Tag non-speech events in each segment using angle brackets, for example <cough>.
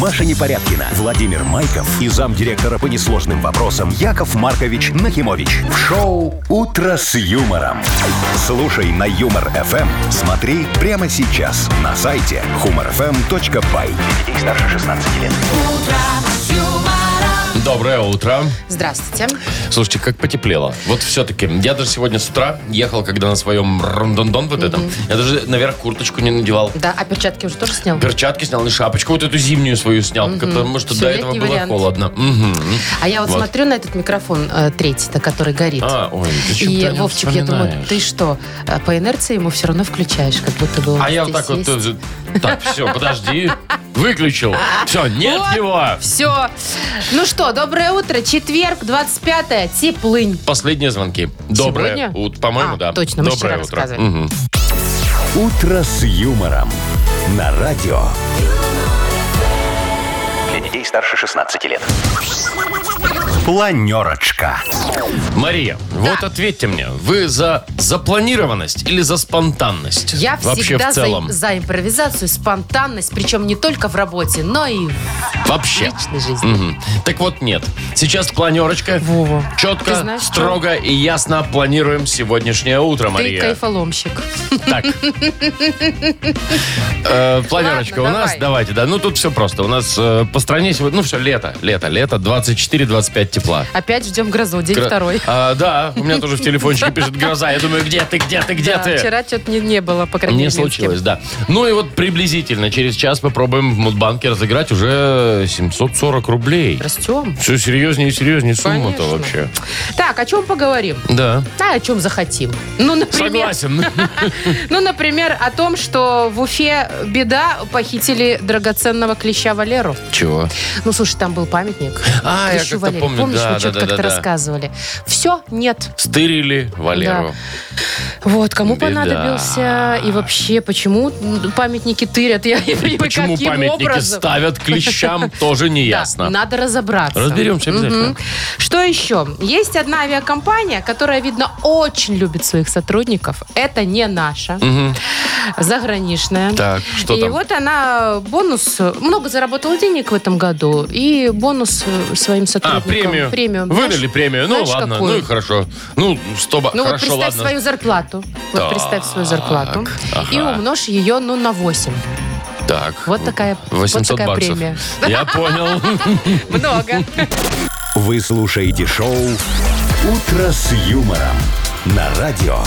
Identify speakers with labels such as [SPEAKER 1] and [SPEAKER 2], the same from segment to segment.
[SPEAKER 1] Маша Непорядкина, Владимир Майков и замдиректора по несложным вопросам Яков Маркович Нахимович. В шоу «Утро с юмором». Слушай на «Юмор-ФМ». Смотри прямо сейчас на сайте humorfm.by. Для детей старше 16 лет.
[SPEAKER 2] Доброе утро.
[SPEAKER 3] Здравствуйте.
[SPEAKER 2] Слушайте, как потеплело. Вот все-таки, я даже сегодня с утра ехал, когда на своем рондондон вот этом, я даже наверх курточку не надевал.
[SPEAKER 3] Да, а перчатки уже тоже снял?
[SPEAKER 2] Перчатки снял и шапочку, вот эту зимнюю свою снял, потому что
[SPEAKER 3] Всё,
[SPEAKER 2] до этого
[SPEAKER 3] летний
[SPEAKER 2] было
[SPEAKER 3] вариант.
[SPEAKER 2] холодно. Мгм.
[SPEAKER 3] А я вот,
[SPEAKER 2] Вот.
[SPEAKER 3] смотрю на этот микрофон э, третий-то, который горит.
[SPEAKER 2] А, ой, ты чем
[SPEAKER 3] И, э,
[SPEAKER 2] ты о нем
[SPEAKER 3] Вовчик, я думаю,
[SPEAKER 2] вспоминаешь?
[SPEAKER 3] ты что, э, по инерции ему все равно включаешь, как будто бы он
[SPEAKER 2] А я вот так вот... э, Так, все, подожди. Выключил. Все, нет его.
[SPEAKER 3] Все. Ну что, доброе утро. Четверг, 25-е. Теплынь.
[SPEAKER 2] Последние звонки. Доброе
[SPEAKER 3] Сегодня?
[SPEAKER 2] утро. По-моему,
[SPEAKER 3] А,
[SPEAKER 2] да.
[SPEAKER 3] точно, мы
[SPEAKER 2] Доброе
[SPEAKER 3] вчера
[SPEAKER 2] утро.
[SPEAKER 3] рассказывали.
[SPEAKER 2] Мгм.
[SPEAKER 1] «Утро с юмором» на радио.
[SPEAKER 4] Для детей старше 16 лет.
[SPEAKER 1] Планерочка.
[SPEAKER 2] Мария, вот ответьте мне, вы за запланированность или за спонтанность?
[SPEAKER 3] Я
[SPEAKER 2] Вообще
[SPEAKER 3] всегда
[SPEAKER 2] в целом.
[SPEAKER 3] За, за импровизацию, спонтанность, причем не только в работе, но и в
[SPEAKER 2] Вообще.
[SPEAKER 3] личной жизни.
[SPEAKER 2] Мгм. Так вот, нет. Сейчас планерочка.
[SPEAKER 3] Вова,
[SPEAKER 2] Четко,
[SPEAKER 3] ты знаешь, что?
[SPEAKER 2] строго и ясно планируем сегодняшнее утро,
[SPEAKER 3] Ты
[SPEAKER 2] Мария.
[SPEAKER 3] кайфоломщик.
[SPEAKER 2] Так. Э, Планерочка у
[SPEAKER 3] Ладно,
[SPEAKER 2] нас,
[SPEAKER 3] давай.
[SPEAKER 2] давайте, да. Ну, тут все просто. У нас э, по стране сегодня, ну, все, лето, лето, лето, 24-25 тепла.
[SPEAKER 3] Опять ждем грозу, день
[SPEAKER 2] Гра-
[SPEAKER 3] второй.
[SPEAKER 2] А, да, у меня тоже в телефончике пишет гроза. Я думаю, где ты, где ты, где
[SPEAKER 3] Да,
[SPEAKER 2] ты?
[SPEAKER 3] Вчера что-то не, не было, по крайней мере.
[SPEAKER 2] Не
[SPEAKER 3] ни с кем.
[SPEAKER 2] случилось, да. Ну и вот приблизительно через час попробуем в Мудбанке разыграть уже 740 рублей.
[SPEAKER 3] Растем.
[SPEAKER 2] Все серьезнее и серьезнее сумма-то
[SPEAKER 3] Конечно.
[SPEAKER 2] вообще.
[SPEAKER 3] Так, о чем поговорим?
[SPEAKER 2] Да.
[SPEAKER 3] Да, о чем захотим. Ну, например,
[SPEAKER 2] Согласен.
[SPEAKER 3] <laughs> ну, например, о том, что в Уфе беда, похитили драгоценного клеща Валеру.
[SPEAKER 2] Чего?
[SPEAKER 3] Ну, слушай, там был памятник.
[SPEAKER 2] А, я
[SPEAKER 3] Клещу
[SPEAKER 2] как-то
[SPEAKER 3] Валерию.
[SPEAKER 2] помню,
[SPEAKER 3] Помнишь,
[SPEAKER 2] да,
[SPEAKER 3] мы
[SPEAKER 2] да,
[SPEAKER 3] что-то
[SPEAKER 2] да,
[SPEAKER 3] как-то
[SPEAKER 2] да, да.
[SPEAKER 3] рассказывали? Все, нет.
[SPEAKER 2] Стырили Валеру.
[SPEAKER 3] Вот, кому
[SPEAKER 2] Беда.
[SPEAKER 3] понадобился и вообще, почему памятники тырят? Я не понимаю,
[SPEAKER 2] Почему
[SPEAKER 3] каким
[SPEAKER 2] памятники
[SPEAKER 3] образом.
[SPEAKER 2] ставят
[SPEAKER 3] <laughs>
[SPEAKER 2] клещам, тоже не
[SPEAKER 3] Да,
[SPEAKER 2] ясно.
[SPEAKER 3] надо разобраться.
[SPEAKER 2] Разберемся обязательно.
[SPEAKER 3] Мгм. Что еще? Есть одна авиакомпания, которая, видно, очень любит своих сотрудников. Это не наша. Заграничная.
[SPEAKER 2] Так, что
[SPEAKER 3] и
[SPEAKER 2] там?
[SPEAKER 3] вот она бонус, много заработала денег в этом году, и бонус э, своим
[SPEAKER 2] А,
[SPEAKER 3] сотрудникам.
[SPEAKER 2] премию. Выдали
[SPEAKER 3] Знаешь-
[SPEAKER 2] премию. Ну
[SPEAKER 3] знаешь,
[SPEAKER 2] ладно,
[SPEAKER 3] какую?
[SPEAKER 2] ну и хорошо. Ну, сто ба-
[SPEAKER 3] Ну вот
[SPEAKER 2] хорошо,
[SPEAKER 3] представь
[SPEAKER 2] ладно.
[SPEAKER 3] свою зарплату. Вот
[SPEAKER 2] Так,
[SPEAKER 3] представь свою зарплату.
[SPEAKER 2] ага.
[SPEAKER 3] И умножь ее, ну, на 8.
[SPEAKER 2] Так.
[SPEAKER 3] Вот такая- вот
[SPEAKER 2] 800
[SPEAKER 3] такая
[SPEAKER 2] баксов.
[SPEAKER 3] премия.
[SPEAKER 2] Я
[SPEAKER 3] <laughs>
[SPEAKER 2] понял.
[SPEAKER 3] Много.
[SPEAKER 1] Вы слушаете шоу «Утро с юмором» на радио.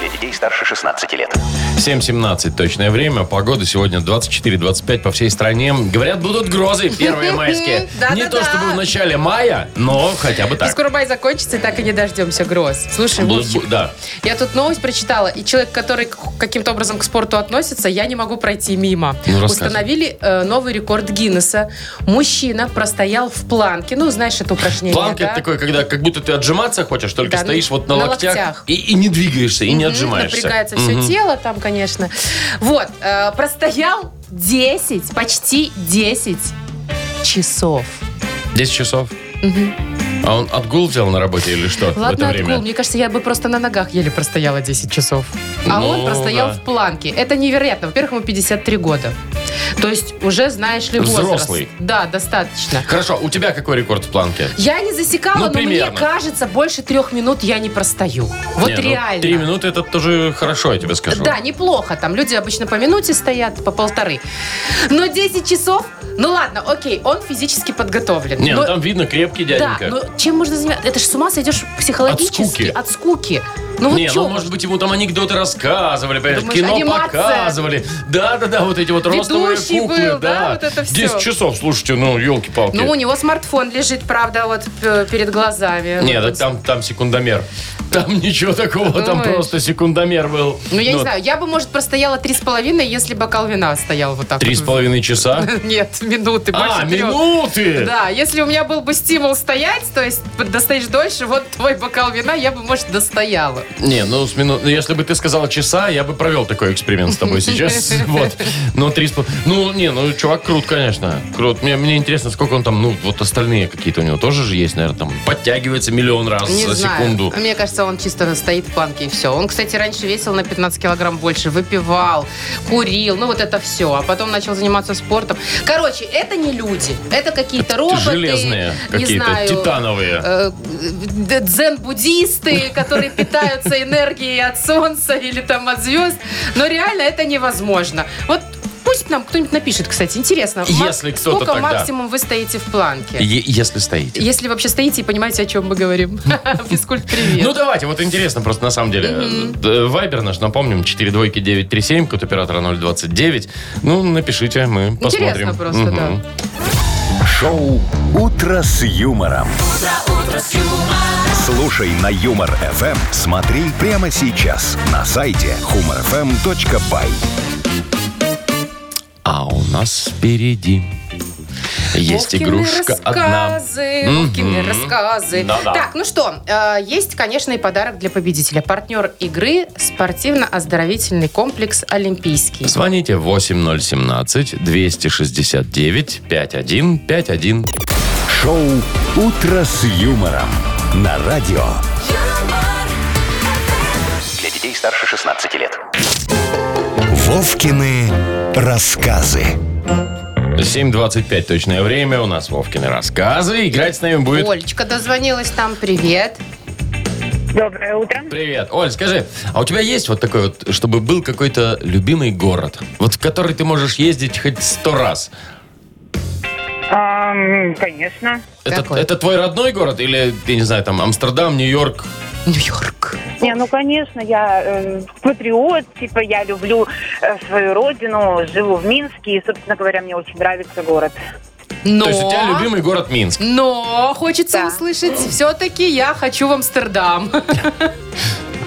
[SPEAKER 4] Для детей старше 16 лет.
[SPEAKER 2] 7.17 точное время. Погода сегодня 24-25 по всей стране. Говорят, будут грозы первые
[SPEAKER 3] <laughs>
[SPEAKER 2] майские.
[SPEAKER 3] Да-да-да.
[SPEAKER 2] Не то чтобы в начале мая, но хотя бы так.
[SPEAKER 3] Скоро май закончится, и так и не дождемся гроз. Слушай,
[SPEAKER 2] Бу-
[SPEAKER 3] Вовчик,
[SPEAKER 2] бу- Да.
[SPEAKER 3] я тут новость прочитала, и человек, который к- каким-то образом к спорту относится, я не могу пройти мимо.
[SPEAKER 2] Ну, рассказывай.
[SPEAKER 3] Установили э, новый рекорд Гиннесса. Мужчина простоял в планке. Ну, знаешь, это упражнение,
[SPEAKER 2] Планка
[SPEAKER 3] да?
[SPEAKER 2] это такое, когда как будто ты отжиматься хочешь, только
[SPEAKER 3] Да, ну,
[SPEAKER 2] стоишь вот на,
[SPEAKER 3] на
[SPEAKER 2] локтях,
[SPEAKER 3] локтях.
[SPEAKER 2] И, и не двигаешься, и не
[SPEAKER 3] Мгм,
[SPEAKER 2] отжимаешься.
[SPEAKER 3] Напрягается все
[SPEAKER 2] Мгм.
[SPEAKER 3] тело там, конечно. Вот, э, простоял 10, почти 10 часов.
[SPEAKER 2] 10 часов. А он отгул взял на работе или что в это
[SPEAKER 3] Ладно,
[SPEAKER 2] время?
[SPEAKER 3] отгул. Мне кажется, я бы просто на ногах еле простояла 10 часов. А
[SPEAKER 2] Ну,
[SPEAKER 3] он простоял
[SPEAKER 2] да.
[SPEAKER 3] в планке. Это невероятно. Во-первых, ему 53 года. То есть уже, знаешь ли, возраст.
[SPEAKER 2] Взрослый.
[SPEAKER 3] Да, достаточно.
[SPEAKER 2] Хорошо, у тебя какой рекорд в планке?
[SPEAKER 3] Я не засекала,
[SPEAKER 2] Ну,
[SPEAKER 3] но мне
[SPEAKER 2] примерно.
[SPEAKER 3] кажется, больше трех минут я не простою. Вот
[SPEAKER 2] Не, ну,
[SPEAKER 3] реально.
[SPEAKER 2] Три минуты это тоже хорошо, я тебе скажу.
[SPEAKER 3] Да, неплохо. Там люди обычно по минуте стоят, по полторы. Но 10 часов, ну ладно, окей, он физически подготовлен.
[SPEAKER 2] Не, ну
[SPEAKER 3] Но-
[SPEAKER 2] там видно крепкий
[SPEAKER 3] да,
[SPEAKER 2] дяденька.
[SPEAKER 3] но чем можно заниматься? Это же с ума сойдешь психологически
[SPEAKER 2] От скуки.
[SPEAKER 3] от скуки. Ну вот
[SPEAKER 2] не,
[SPEAKER 3] чё
[SPEAKER 2] ну, может быть, ему там анекдоты рассказывали, понимаешь,
[SPEAKER 3] Думаешь,
[SPEAKER 2] кино
[SPEAKER 3] анимация?
[SPEAKER 2] показывали. Да-да-да, вот эти вот
[SPEAKER 3] Ведущий
[SPEAKER 2] ростовые куклы.
[SPEAKER 3] был, да, вот это всё.
[SPEAKER 2] 10 часов, слушайте, ну, елки-палки.
[SPEAKER 3] Ну, у него смартфон лежит, правда, вот э, перед глазами.
[SPEAKER 2] не,
[SPEAKER 3] Вот.
[SPEAKER 2] да там, там секундомер. Там ничего такого, там
[SPEAKER 3] Думаешь?
[SPEAKER 2] просто секундомер был.
[SPEAKER 3] Ну, я не знаю, я бы, может, простояла три с половиной, если бокал вина стоял вот так.
[SPEAKER 2] Три с
[SPEAKER 3] вот.
[SPEAKER 2] половиной
[SPEAKER 3] <laughs>
[SPEAKER 2] часа.
[SPEAKER 3] Нет, минуты, больше
[SPEAKER 2] А,
[SPEAKER 3] трех.
[SPEAKER 2] минуты!
[SPEAKER 3] Да, если у меня был бы стимул стоять, то есть достоишь дольше, вот твой бокал вина, я бы, может, достояла. минуту.
[SPEAKER 2] Не, ну, с мину- ну, если бы ты сказала часа, я бы провел такой эксперимент с тобой
[SPEAKER 3] <laughs>
[SPEAKER 2] сейчас. Вот. Но три с пол- Ну, не, ну, чувак крут, конечно. Крут. Мне, мне интересно, сколько он там, ну, вот остальные какие-то у него тоже же есть, наверное, там. Подтягивается миллион раз
[SPEAKER 3] Не
[SPEAKER 2] за
[SPEAKER 3] знаю.
[SPEAKER 2] секунду.
[SPEAKER 3] Мне кажется, он чисто стоит в планке и все. Он, кстати, раньше весил на 15 килограмм больше, выпивал, курил, ну вот это все. А потом начал заниматься спортом. Короче, это не люди. Это какие-то роботы.
[SPEAKER 2] Железные
[SPEAKER 3] не
[SPEAKER 2] какие-то,
[SPEAKER 3] знаю,
[SPEAKER 2] титановые.
[SPEAKER 3] э, д- дзен-буддисты, которые питаются энергией от солнца или там от звезд. Но реально это невозможно. Вот пусть нам кто-нибудь напишет, кстати. Интересно, мак-
[SPEAKER 2] Если кто-то
[SPEAKER 3] сколько
[SPEAKER 2] тогда-
[SPEAKER 3] максимум вы стоите в планке?
[SPEAKER 2] Е- если стоите.
[SPEAKER 3] Если вообще стоите и понимаете, о чем мы говорим. <laughs> Физкульт,
[SPEAKER 2] Ну
[SPEAKER 3] привет.
[SPEAKER 2] давайте, вот интересно просто на самом деле. Д- Вайбер наш, напомним, 4 двойки 937, код оператора 029. Ну, напишите, мы посмотрим.
[SPEAKER 3] Интересно просто,
[SPEAKER 2] Мгм.
[SPEAKER 3] да.
[SPEAKER 1] Шоу «Утро с юмором». Слушай на Юмор ФМ. Смотри прямо сейчас на сайте humorfm.by.
[SPEAKER 2] А у нас впереди есть
[SPEAKER 3] Вовкины
[SPEAKER 2] игрушка одна.
[SPEAKER 3] рассказы,
[SPEAKER 2] Мгм.
[SPEAKER 3] Вовкины рассказы.
[SPEAKER 2] Да-да.
[SPEAKER 3] Так, ну что, э, есть, конечно, и подарок для победителя. Партнер игры – спортивно-оздоровительный комплекс «Олимпийский».
[SPEAKER 2] Звоните 8017-269-5151.
[SPEAKER 1] Шоу «Утро с юмором» на радио.
[SPEAKER 4] Для детей старше 16 лет.
[SPEAKER 1] Вовкины рассказы.
[SPEAKER 2] 7.25 точное время. У нас Вовкины рассказы. Играть с нами будет...
[SPEAKER 3] Олечка дозвонилась там, привет.
[SPEAKER 5] Доброе утро.
[SPEAKER 2] Привет. Оль, скажи, а у тебя есть вот такой вот, чтобы был какой-то любимый город, вот в который ты можешь ездить хоть сто раз?
[SPEAKER 5] Ам, конечно.
[SPEAKER 2] Это,
[SPEAKER 3] Какой?
[SPEAKER 2] это твой родной город или, я не знаю, там Амстердам, Нью-Йорк?
[SPEAKER 3] Нью-Йорк.
[SPEAKER 5] Не, ну конечно, я э, патриот, типа я люблю э, свою родину, живу в Минске, и, собственно говоря, мне очень нравится город.
[SPEAKER 3] Но...
[SPEAKER 2] То есть у тебя
[SPEAKER 3] Ну.
[SPEAKER 2] любимый город Минск.
[SPEAKER 3] Но хочется
[SPEAKER 5] Да.
[SPEAKER 3] услышать, все-таки я хочу в Амстердам.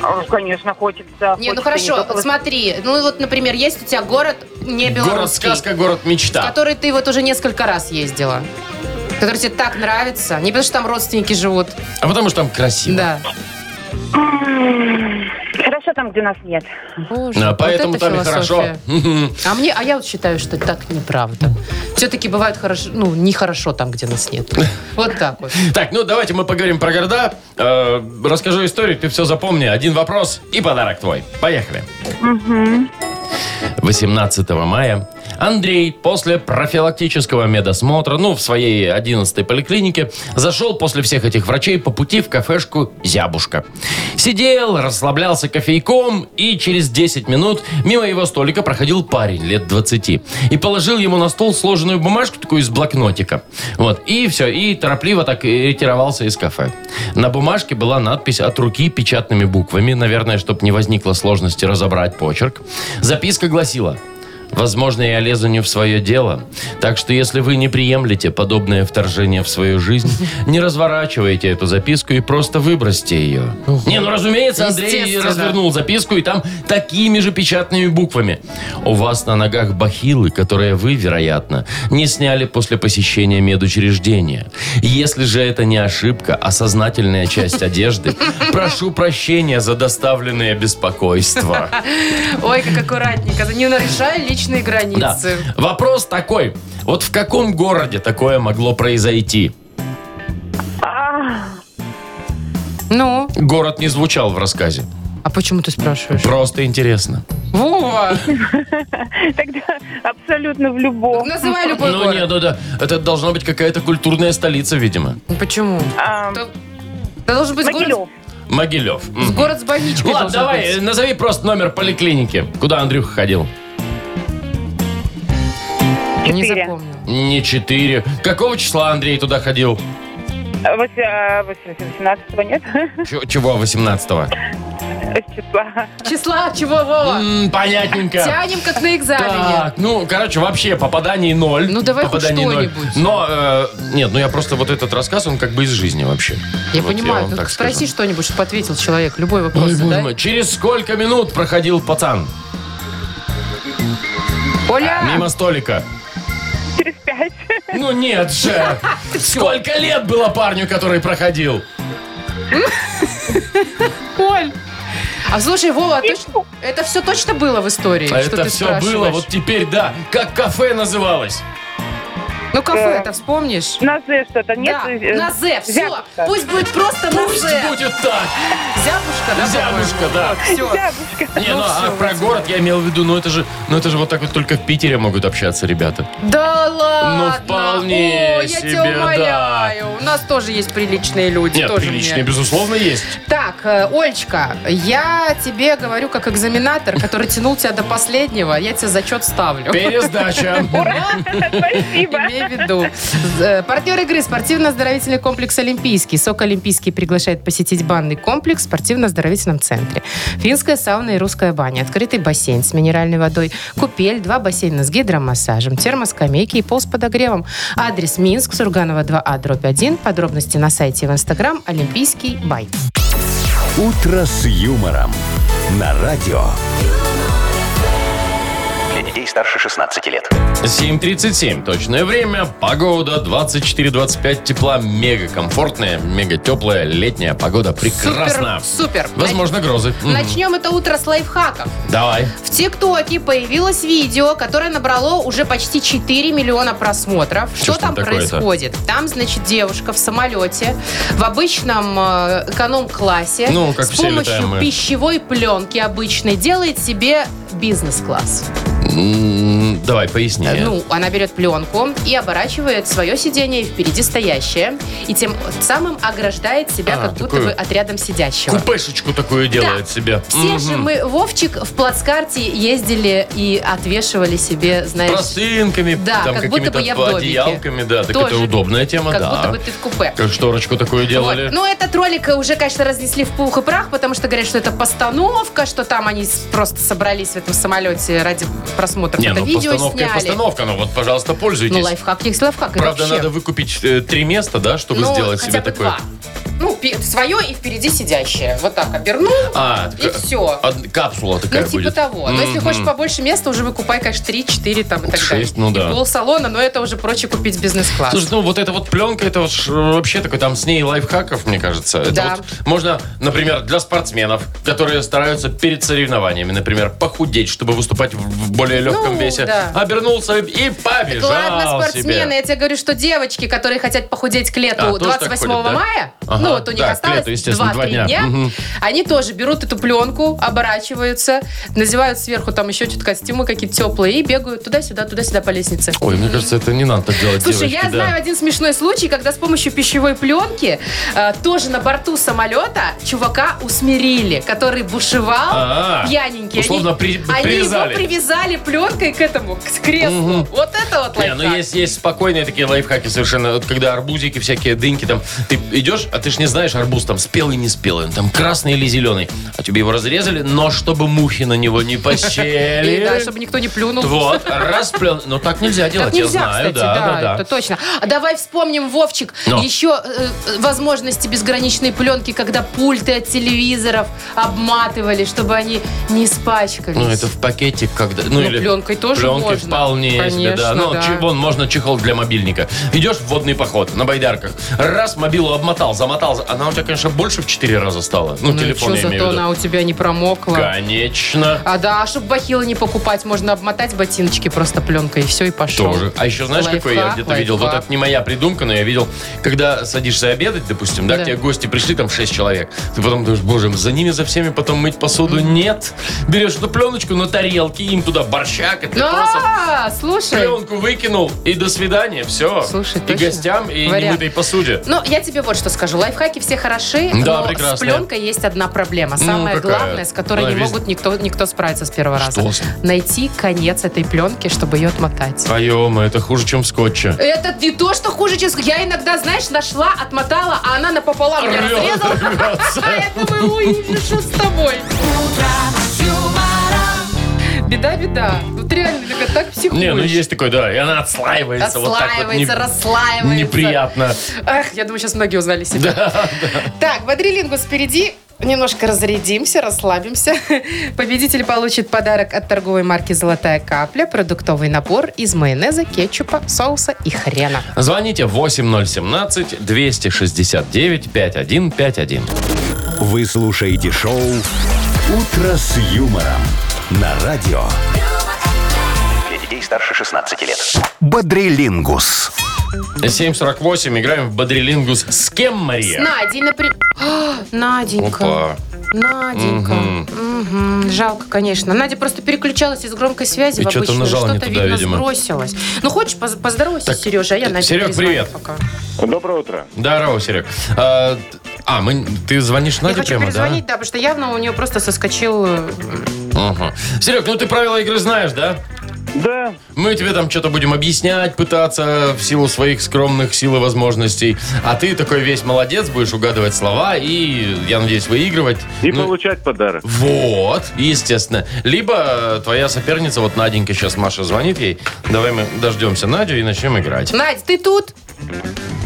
[SPEAKER 5] А, Конечно, хочется.
[SPEAKER 3] Не, ну
[SPEAKER 5] хочется
[SPEAKER 3] хорошо,
[SPEAKER 5] только
[SPEAKER 3] вот смотри, ну вот, например, есть у тебя город не
[SPEAKER 2] Город
[SPEAKER 3] белорусский,
[SPEAKER 2] сказка, город
[SPEAKER 3] в
[SPEAKER 2] мечта.
[SPEAKER 3] который ты вот уже несколько раз ездила, который тебе так нравится, не потому что там родственники живут.
[SPEAKER 2] А потому что там красиво.
[SPEAKER 3] Да.
[SPEAKER 5] М, Хорошо там, где нас нет. <laughs>
[SPEAKER 3] Боже,
[SPEAKER 2] Да,
[SPEAKER 3] вот
[SPEAKER 2] поэтому
[SPEAKER 3] это
[SPEAKER 2] там
[SPEAKER 3] философия.
[SPEAKER 2] и хорошо. Мгм.
[SPEAKER 3] А мне, а я вот считаю, что так неправда. Все-таки бывает хорошо, ну, нехорошо там, где нас нет. Вот так вот.
[SPEAKER 2] Так, ну давайте мы поговорим про города. Э, расскажу историю, ты все запомни. Один вопрос и подарок твой. Поехали. 18 мая Андрей после профилактического медосмотра, ну, в своей 11-й поликлинике, зашел после всех этих врачей по пути в кафешку «Зябушка». Сидел, расслаблялся кофейком, и через 10 минут мимо его столика проходил парень лет 20 и положил ему на стол сложенную бумажку такую из блокнотика. Вот, и все, и торопливо так и ретировался из кафе. На бумажке была надпись от руки печатными буквами, наверное, чтобы не возникло сложности разобрать почерк. Записка гласила Возможно, я лезу не в свое дело. Так что, если вы не приемлете подобное вторжение в свою жизнь, не разворачивайте эту записку и просто выбросьте ее. Не, ну разумеется, Андрей
[SPEAKER 3] Естественно.
[SPEAKER 2] развернул записку, и там такими же печатными буквами. У вас на ногах бахилы, которые вы, вероятно, не сняли после посещения медучреждения. Если же это не ошибка, а сознательная часть одежды, прошу прощения за доставленное
[SPEAKER 3] <laughs>
[SPEAKER 2] беспокойство.
[SPEAKER 3] Ой, как аккуратненько, не нарушай личные
[SPEAKER 2] Да.
[SPEAKER 3] границы.
[SPEAKER 2] Вопрос такой. Вот в каком городе такое могло произойти?
[SPEAKER 5] А,
[SPEAKER 3] Ну,
[SPEAKER 2] Город не звучал в рассказе.
[SPEAKER 3] а почему ты спрашиваешь?
[SPEAKER 2] Просто интересно.
[SPEAKER 3] Вова,
[SPEAKER 5] Тогда абсолютно в любом.
[SPEAKER 3] называй любой
[SPEAKER 2] ну
[SPEAKER 3] город.
[SPEAKER 2] нет, ну да. Это должна быть какая-то культурная столица, видимо.
[SPEAKER 3] Ну, Почему?
[SPEAKER 5] Ам,
[SPEAKER 3] То- Да должен быть город,
[SPEAKER 5] Могилев.
[SPEAKER 2] Могилев.
[SPEAKER 3] с-
[SPEAKER 2] Мгм.
[SPEAKER 3] город с больничкой
[SPEAKER 2] Ладно,
[SPEAKER 3] должен
[SPEAKER 2] давай, э,
[SPEAKER 3] быть.
[SPEAKER 2] назови просто номер поликлиники, куда Андрюха ходил. э,
[SPEAKER 3] Не
[SPEAKER 5] четыре.
[SPEAKER 3] запомнил.
[SPEAKER 2] Не 4. Какого числа Андрей туда ходил?
[SPEAKER 5] Вось- а, восемь- 18-го нет? <laughs>
[SPEAKER 2] Чё- Чего, 18-го?
[SPEAKER 5] С числа.
[SPEAKER 3] Числа чего, Вова?
[SPEAKER 2] М, понятненько.
[SPEAKER 3] Тянем как на экзамене.
[SPEAKER 2] Так, ну, короче, вообще попаданий ноль.
[SPEAKER 3] Ну, давай хоть
[SPEAKER 2] попаданий ноль.
[SPEAKER 3] что-нибудь.
[SPEAKER 2] Но, э, нет, ну я просто вот этот рассказ, он как бы из жизни вообще.
[SPEAKER 3] Я
[SPEAKER 2] Вот
[SPEAKER 3] понимаю,
[SPEAKER 2] вам
[SPEAKER 3] ну,
[SPEAKER 2] так
[SPEAKER 3] спроси
[SPEAKER 2] скажу.
[SPEAKER 3] что-нибудь, чтобы ответил человек. Любой
[SPEAKER 2] Ой,
[SPEAKER 3] вопрос,
[SPEAKER 2] боже
[SPEAKER 3] да?
[SPEAKER 2] мой, через сколько минут проходил пацан
[SPEAKER 3] Оля!
[SPEAKER 2] мимо столика?
[SPEAKER 5] Через пять.
[SPEAKER 2] Ну нет
[SPEAKER 3] <laughs>
[SPEAKER 2] же! Сколько лет было парню, который проходил?
[SPEAKER 3] Оль! А слушай, Вова, точно- это все точно было в истории?
[SPEAKER 2] А
[SPEAKER 3] что
[SPEAKER 2] это
[SPEAKER 3] ты
[SPEAKER 2] все было,
[SPEAKER 3] спрашиваешь?
[SPEAKER 2] вот теперь, да, как кафе называлось.
[SPEAKER 3] Ну, кафе-то вспомнишь?
[SPEAKER 5] На «З» что-то нет?
[SPEAKER 3] Да,
[SPEAKER 5] Э,
[SPEAKER 3] на «З», все.
[SPEAKER 5] «Зябушка».
[SPEAKER 3] Пусть будет просто на
[SPEAKER 2] Пусть
[SPEAKER 3] «З».
[SPEAKER 2] будет так.
[SPEAKER 3] Зябушка, да,
[SPEAKER 2] Зябушка,
[SPEAKER 3] по-моему?
[SPEAKER 2] да.
[SPEAKER 3] Вот, всё.
[SPEAKER 5] «Зябушка».
[SPEAKER 2] Не, ну, а
[SPEAKER 3] всё,
[SPEAKER 2] про
[SPEAKER 3] вот.
[SPEAKER 2] город я имел в виду, ну это же, ну это же вот так вот только в Питере могут общаться ребята.
[SPEAKER 3] Да ладно.
[SPEAKER 2] Ну, вполне
[SPEAKER 3] О, я
[SPEAKER 2] себе,
[SPEAKER 3] тебя умоляю. У нас тоже есть приличные люди.
[SPEAKER 2] Нет,
[SPEAKER 3] тоже
[SPEAKER 2] приличные,
[SPEAKER 3] мне.
[SPEAKER 2] безусловно, есть.
[SPEAKER 3] <laughs> Так, э, Олечка, я тебе говорю как экзаменатор, который тянул тебя до последнего, я тебе зачет ставлю.
[SPEAKER 2] Пересдача.
[SPEAKER 3] <laughs>
[SPEAKER 5] Спасибо.
[SPEAKER 3] Имей в виду. Э, Партнер игры спортивно-оздоровительный комплекс «Олимпийский». СОК «Олимпийский» приглашает посетить банный комплекс в спортивно-оздоровительном центре. Финская сауна и русская баня, открытый бассейн с минеральной водой, купель, два бассейна с гидромассажем, термоскамейки и пол с подогревом. Адрес Минск, Сурганова 2А, дробь 1. Подробности на сайте и в Инстаграм «Олимпийский бай».
[SPEAKER 1] «Утро с юмором» на радио.
[SPEAKER 4] Для детей старше 16 лет.
[SPEAKER 2] 7.37, точное время, погода 24-25, тепла, мега комфортная, мега теплая, летняя погода, прекрасно.
[SPEAKER 3] Супер, супер.
[SPEAKER 2] Возможно, грозы. Мгм.
[SPEAKER 3] Начнем это утро с лайфхаков.
[SPEAKER 2] Давай.
[SPEAKER 3] В ТикТоке появилось видео, которое набрало уже почти 4 миллиона просмотров.
[SPEAKER 2] Чё
[SPEAKER 3] Что,
[SPEAKER 2] ж там
[SPEAKER 3] там
[SPEAKER 2] такое-то?
[SPEAKER 3] происходит? Там, значит, девушка в самолете в обычном э, эконом-классе
[SPEAKER 2] Ну, как
[SPEAKER 3] с
[SPEAKER 2] все летаем
[SPEAKER 3] помощью
[SPEAKER 2] мы.
[SPEAKER 3] пищевой пленки обычной делает себе бизнес-класс.
[SPEAKER 2] М, Давай, поясни.
[SPEAKER 3] Ну, она берет пленку и оборачивает свое сиденье впереди стоящее, и тем самым ограждает себя
[SPEAKER 2] А,
[SPEAKER 3] как будто
[SPEAKER 2] такую
[SPEAKER 3] бы от рядом сидящего.
[SPEAKER 2] Купешечку такую делает себе.
[SPEAKER 3] Все же
[SPEAKER 2] Мгм.
[SPEAKER 3] мы, Вовчик, в плацкарте ездили и отвешивали себе, знаешь,
[SPEAKER 2] Простынками,
[SPEAKER 3] Да,
[SPEAKER 2] там
[SPEAKER 3] как будто
[SPEAKER 2] какими-то
[SPEAKER 3] бы я в домике.
[SPEAKER 2] одеялками, да. Так
[SPEAKER 3] Тоже.
[SPEAKER 2] это удобная тема,
[SPEAKER 3] как
[SPEAKER 2] да.
[SPEAKER 3] будто бы ты в купе.
[SPEAKER 2] Как шторочку такую делали.
[SPEAKER 3] Вот. Ну, этот ролик уже, конечно, разнесли в пух и прах, потому что говорят, что это постановка, что там они с- просто собрались в этом самолете ради просмотра
[SPEAKER 2] Не,
[SPEAKER 3] это
[SPEAKER 2] ну
[SPEAKER 3] видео
[SPEAKER 2] постановка и
[SPEAKER 3] сняли.
[SPEAKER 2] постановка, ну вот, пожалуйста, пользуйтесь.
[SPEAKER 3] Ну, лайфхак есть лайфхак. и
[SPEAKER 2] Правда,
[SPEAKER 3] вообще.
[SPEAKER 2] надо выкупить э, три места, да, чтобы
[SPEAKER 3] Ну,
[SPEAKER 2] сделать
[SPEAKER 3] хотя
[SPEAKER 2] себе
[SPEAKER 3] бы
[SPEAKER 2] такое.
[SPEAKER 3] два. Ну, пе- свое и впереди сидящее. Вот так обернул,
[SPEAKER 2] А,
[SPEAKER 3] и
[SPEAKER 2] так,
[SPEAKER 3] все.
[SPEAKER 2] од- капсула такая
[SPEAKER 3] ну, типа
[SPEAKER 2] будет.
[SPEAKER 3] того. Но если
[SPEAKER 2] Мгм.
[SPEAKER 3] хочешь побольше места, уже выкупай, конечно, 3-4 там и так
[SPEAKER 2] Шесть,
[SPEAKER 3] далее.
[SPEAKER 2] ну да.
[SPEAKER 3] И пол салона, но это уже проще купить бизнес-класс.
[SPEAKER 2] Слушай, ну вот эта вот пленка, это вот ж э, вообще такой там с ней лайфхаков, мне кажется. Это
[SPEAKER 3] Да.
[SPEAKER 2] вот можно, например, для спортсменов, которые стараются перед соревнованиями, например, похудеть, чтобы выступать в- в более легком
[SPEAKER 3] Ну,
[SPEAKER 2] весе.
[SPEAKER 3] да.
[SPEAKER 2] Обернулся и побежал
[SPEAKER 3] Ладно, спортсмены,
[SPEAKER 2] себе.
[SPEAKER 3] я тебе говорю, что девочки, которые хотят похудеть к лету
[SPEAKER 2] А, тоже так
[SPEAKER 3] 28
[SPEAKER 2] ходят, да?
[SPEAKER 3] мая,
[SPEAKER 2] Ага,
[SPEAKER 3] ну вот у них
[SPEAKER 2] да, к
[SPEAKER 3] осталось
[SPEAKER 2] лету, естественно,
[SPEAKER 3] 2-3
[SPEAKER 2] два дня.
[SPEAKER 3] дня,
[SPEAKER 2] Мгм.
[SPEAKER 3] они тоже берут эту пленку, оборачиваются, надевают сверху там еще что-то костюмы какие-то теплые и бегают туда-сюда, туда-сюда по лестнице.
[SPEAKER 2] Ой, мне кажется, это не надо так делать,
[SPEAKER 3] Слушай,
[SPEAKER 2] девочки,
[SPEAKER 3] я
[SPEAKER 2] да.
[SPEAKER 3] знаю один смешной случай, когда с помощью пищевой пленки э, тоже на борту самолета чувака усмирили, который бушевал
[SPEAKER 2] А,
[SPEAKER 3] пьяненький.
[SPEAKER 2] условно
[SPEAKER 3] они,
[SPEAKER 2] при-
[SPEAKER 3] они
[SPEAKER 2] привязали.
[SPEAKER 3] его привязали пленкой к этому, к креслу. Вот это вот
[SPEAKER 2] Не,
[SPEAKER 3] лайфхак.
[SPEAKER 2] ну есть, есть спокойные такие лайфхаки совершенно. Вот когда арбузики, всякие дыньки там. Ты идешь, а ты ж не знаешь, арбуз там спелый, не спелый. Он там красный или зеленый. А тебе его разрезали, но чтобы мухи на него
[SPEAKER 3] <laughs>
[SPEAKER 2] не
[SPEAKER 3] И, да,
[SPEAKER 2] посели.
[SPEAKER 3] чтобы никто не плюнул.
[SPEAKER 2] Э, Вот, расплен. Но так нельзя
[SPEAKER 3] Ну, Так
[SPEAKER 2] делать, я
[SPEAKER 3] нельзя,
[SPEAKER 2] знаю.
[SPEAKER 3] кстати, да,
[SPEAKER 2] Да, да, Ну. да.
[SPEAKER 3] это точно. А давай вспомним, Вовчик,
[SPEAKER 2] Но.
[SPEAKER 3] еще э, э, возможности безграничной пленки, когда пульты от телевизоров обматывали, чтобы они не испачкались.
[SPEAKER 2] Ну, это в пакетик, когда...
[SPEAKER 3] Ну,
[SPEAKER 2] или
[SPEAKER 3] пленкой тоже
[SPEAKER 2] пленкой
[SPEAKER 3] можно.
[SPEAKER 2] вполне себе, да.
[SPEAKER 3] Конечно,
[SPEAKER 2] Ну,
[SPEAKER 3] да.
[SPEAKER 2] чи- вон, можно чехол для мобильника. Идешь в водный поход на байдарках. Раз, мобилу обмотал, замотал. Она у тебя, конечно, больше в четыре раза стала. Ну,
[SPEAKER 3] Ну,
[SPEAKER 2] телефон
[SPEAKER 3] и
[SPEAKER 2] я
[SPEAKER 3] чё,
[SPEAKER 2] имею в
[SPEAKER 3] зато
[SPEAKER 2] виду.
[SPEAKER 3] она у тебя не промокла.
[SPEAKER 2] Конечно.
[SPEAKER 3] А да, чтобы бахилы не покупать, можно обмотать ботиночки просто пленкой, и все, и пошел.
[SPEAKER 2] Тоже. А еще знаешь, какой я
[SPEAKER 3] Лайфхак,
[SPEAKER 2] где-то видел? Вот
[SPEAKER 3] лайфхак.
[SPEAKER 2] это не моя придумка, но я видел, когда садишься обедать, допустим, да,
[SPEAKER 3] Да.
[SPEAKER 2] к тебе гости пришли, там 6 человек. Ты потом думаешь, боже, за ними, за всеми потом мыть посуду? Нет. Берешь эту пленочку на тарелке, им туда борщак, и ты просто
[SPEAKER 3] А, слушай.
[SPEAKER 2] пленку выкинул, и до свидания, все.
[SPEAKER 3] Слушай,
[SPEAKER 2] И
[SPEAKER 3] точно.
[SPEAKER 2] гостям, и
[SPEAKER 3] Вариант.
[SPEAKER 2] немытой посуде.
[SPEAKER 3] Ну, я тебе вот что скажу. Лайфхаки все хороши,
[SPEAKER 2] Да,
[SPEAKER 3] но
[SPEAKER 2] прекрасно. Ну,
[SPEAKER 3] с пленкой есть одна проблема. Самая
[SPEAKER 2] какая?
[SPEAKER 3] главная, с которой
[SPEAKER 2] Она
[SPEAKER 3] не
[SPEAKER 2] весь-
[SPEAKER 3] могут никто, никто справиться с первого
[SPEAKER 2] Что
[SPEAKER 3] раза.
[SPEAKER 2] с-
[SPEAKER 3] Найти конец этой пленки, чтобы ее отмотать.
[SPEAKER 2] Твоем, это хуже, чем в скотче.
[SPEAKER 3] Это не то, что хуже, чем... Я иногда, знаешь, нашла, отмотала, а она напополам меня
[SPEAKER 2] Рвет,
[SPEAKER 3] разрезала.
[SPEAKER 2] рвется.
[SPEAKER 3] А я думаю, ой, что с тобой? Беда, беда. Вот реально, Лёга, так психуешь.
[SPEAKER 2] Не, ну есть такой, да, и она отслаивается. вот так вот не-
[SPEAKER 3] Отслаивается, расслаивается.
[SPEAKER 2] Неприятно.
[SPEAKER 3] Ах, я думаю, сейчас многие узнали себя. Так, Бодрилингус впереди. Немножко разрядимся, расслабимся. <laughs> Победитель получит подарок от торговой марки «Золотая капля», продуктовый набор из майонеза, кетчупа, соуса и хрена.
[SPEAKER 2] Звоните 8017-269-5151.
[SPEAKER 1] Вы слушаете шоу «Утро с юмором» на радио
[SPEAKER 4] Для детей старше 16 лет.
[SPEAKER 1] «Бодрилингус».
[SPEAKER 2] 7.48, играем в Бодрилингус. С кем,
[SPEAKER 3] С
[SPEAKER 2] Мария?
[SPEAKER 3] Надей, например. А, <gasps> Наденька.
[SPEAKER 2] Опа.
[SPEAKER 3] Наденька. Мгм. Жалко, конечно. Надя просто переключалась из громкой связи
[SPEAKER 2] И
[SPEAKER 3] в
[SPEAKER 2] чё-то
[SPEAKER 3] обычную.
[SPEAKER 2] нажала не туда,
[SPEAKER 3] видно,
[SPEAKER 2] видимо.
[SPEAKER 3] сбросилась. Ну, хочешь, поз- поздоровайся
[SPEAKER 2] Так,
[SPEAKER 3] с Сережей, а я
[SPEAKER 2] э,
[SPEAKER 3] Надя
[SPEAKER 2] Серег,
[SPEAKER 3] перезвоню
[SPEAKER 2] привет.
[SPEAKER 3] Пока.
[SPEAKER 6] Доброе утро.
[SPEAKER 2] Здорово, Серег. А, т- а, мы, ты звонишь
[SPEAKER 3] я
[SPEAKER 2] Наде
[SPEAKER 3] хочу
[SPEAKER 2] прямо, да?
[SPEAKER 3] перезвонить, да? потому что явно у нее просто соскочил... э,
[SPEAKER 2] Ага. Серег, ну ты правила игры знаешь, да?
[SPEAKER 6] Да,
[SPEAKER 2] Мы тебе там что-то будем объяснять, пытаться в силу своих скромных сил и возможностей. А ты такой весь молодец, будешь угадывать слова и, я надеюсь, выигрывать.
[SPEAKER 6] и
[SPEAKER 2] Ну,
[SPEAKER 6] получать подарок.
[SPEAKER 2] Вот, естественно. Либо э, твоя соперница, вот Наденька сейчас Маша звонит ей. Давай мы дождемся Надю и начнем играть.
[SPEAKER 3] Надь, ты тут?